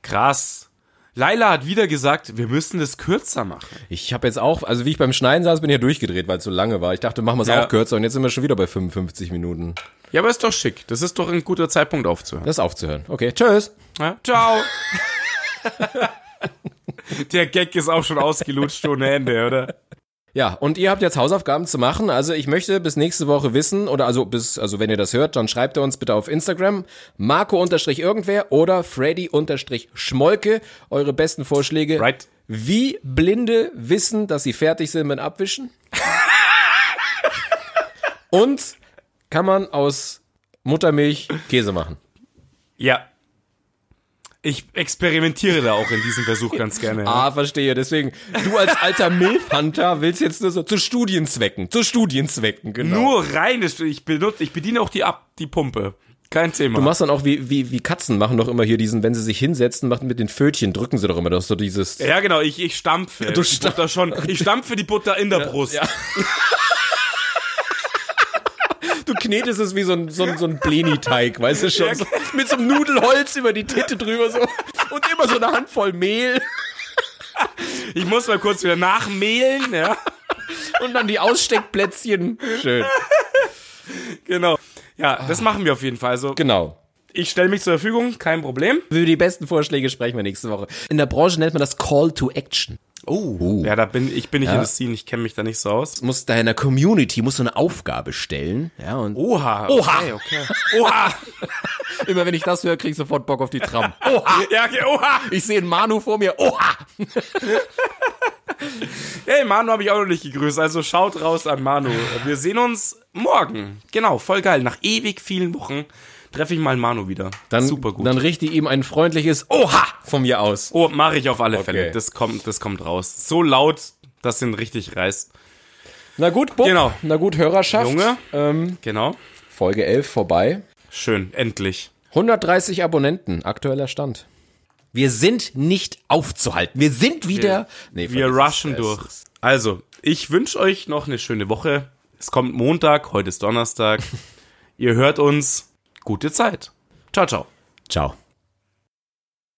Krass. Laila hat wieder gesagt, wir müssen das kürzer machen. Ich habe jetzt auch, also wie ich beim Schneiden saß, bin ich ja durchgedreht, weil es so lange war. Ich dachte, machen wir es Ja. auch kürzer und jetzt sind wir schon wieder bei 55 Minuten. Ja, aber ist doch schick. Das ist doch ein guter Zeitpunkt aufzuhören. Das ist aufzuhören. Okay, tschüss. Ja? Ciao. Der Gag ist auch schon ausgelutscht ohne Ende, oder? Ja, und ihr habt jetzt Hausaufgaben zu machen. Also ich möchte bis nächste Woche wissen, oder also bis, also wenn ihr das hört, dann schreibt ihr uns bitte auf Instagram, Marco unterstrich irgendwer oder Freddy unterstrich Schmolke, eure besten Vorschläge. Right. Wie Blinde wissen, dass sie fertig sind mit Abwischen? und kann man aus Muttermilch Käse machen? Ja. Ich experimentiere da auch in diesem Versuch ganz gerne. ja. Ah, verstehe. Deswegen, du als alter Milfhunter willst jetzt nur so zu Studienzwecken, zu Studienzwecken, genau. Nur reines, ich benutze, ich bediene auch die Ab, die Pumpe. Kein Thema. Du machst dann auch wie, wie, wie Katzen machen doch immer hier diesen, wenn sie sich hinsetzen, machen mit den Fötchen, drücken sie doch immer doch so dieses. ja, genau, ich, ich stampfe. Du die stamp- Butter schon. Ich stampfe die Butter in der Brust. ja. Du knetest es wie so ein, so ein, so ein Bleniteig, weißt du schon? Ja. So, mit so einem Nudelholz über die Titte drüber so. Und immer so eine Handvoll Mehl Ich muss mal kurz wieder nachmehlen, ja. und dann die Aussteckplätzchen. Schön. Genau. Ja, das machen wir auf jeden Fall. Also, Genau. ich stelle mich zur Verfügung, kein Problem. Über die besten Vorschläge sprechen wir nächste Woche. In der Branche nennt man das Call to Action. Oh. Ja, da bin ich bin nicht in das Scene, ich kenne mich da nicht so aus. Muss deiner Community, muss so eine Aufgabe stellen. Ja, und Oh. Oha. Oha. Okay, okay. Oha. Immer wenn ich das höre, krieg ich sofort Bock auf die Tram. Ja, okay, oha. Ich sehe einen Manu vor mir. Oha! Hey, Manu habe ich auch noch nicht gegrüßt, also schaut raus an Manu. Wir sehen uns morgen. Genau, voll geil. Nach ewig vielen Wochen treffe ich mal Manu wieder. Dann, Super gut. Dann richte ihm ein freundliches Oha von mir aus. oh, mache ich auf alle Fälle. Okay. Das kommt, das kommt raus. So laut, dass den richtig reißt. Na gut, Bub. Genau. Na gut, Hörerschaft. Junge. Ähm, Genau. Folge 11 vorbei. Schön, endlich. 130 Abonnenten, aktueller Stand. Wir sind nicht aufzuhalten. Wir sind wieder. Nee, Wir vergiss es. rushen Es- durch. Also, ich wünsche euch noch eine schöne Woche. Es kommt Montag, heute ist Donnerstag. Ihr hört uns. Gute Zeit. Ciao, ciao. Ciao.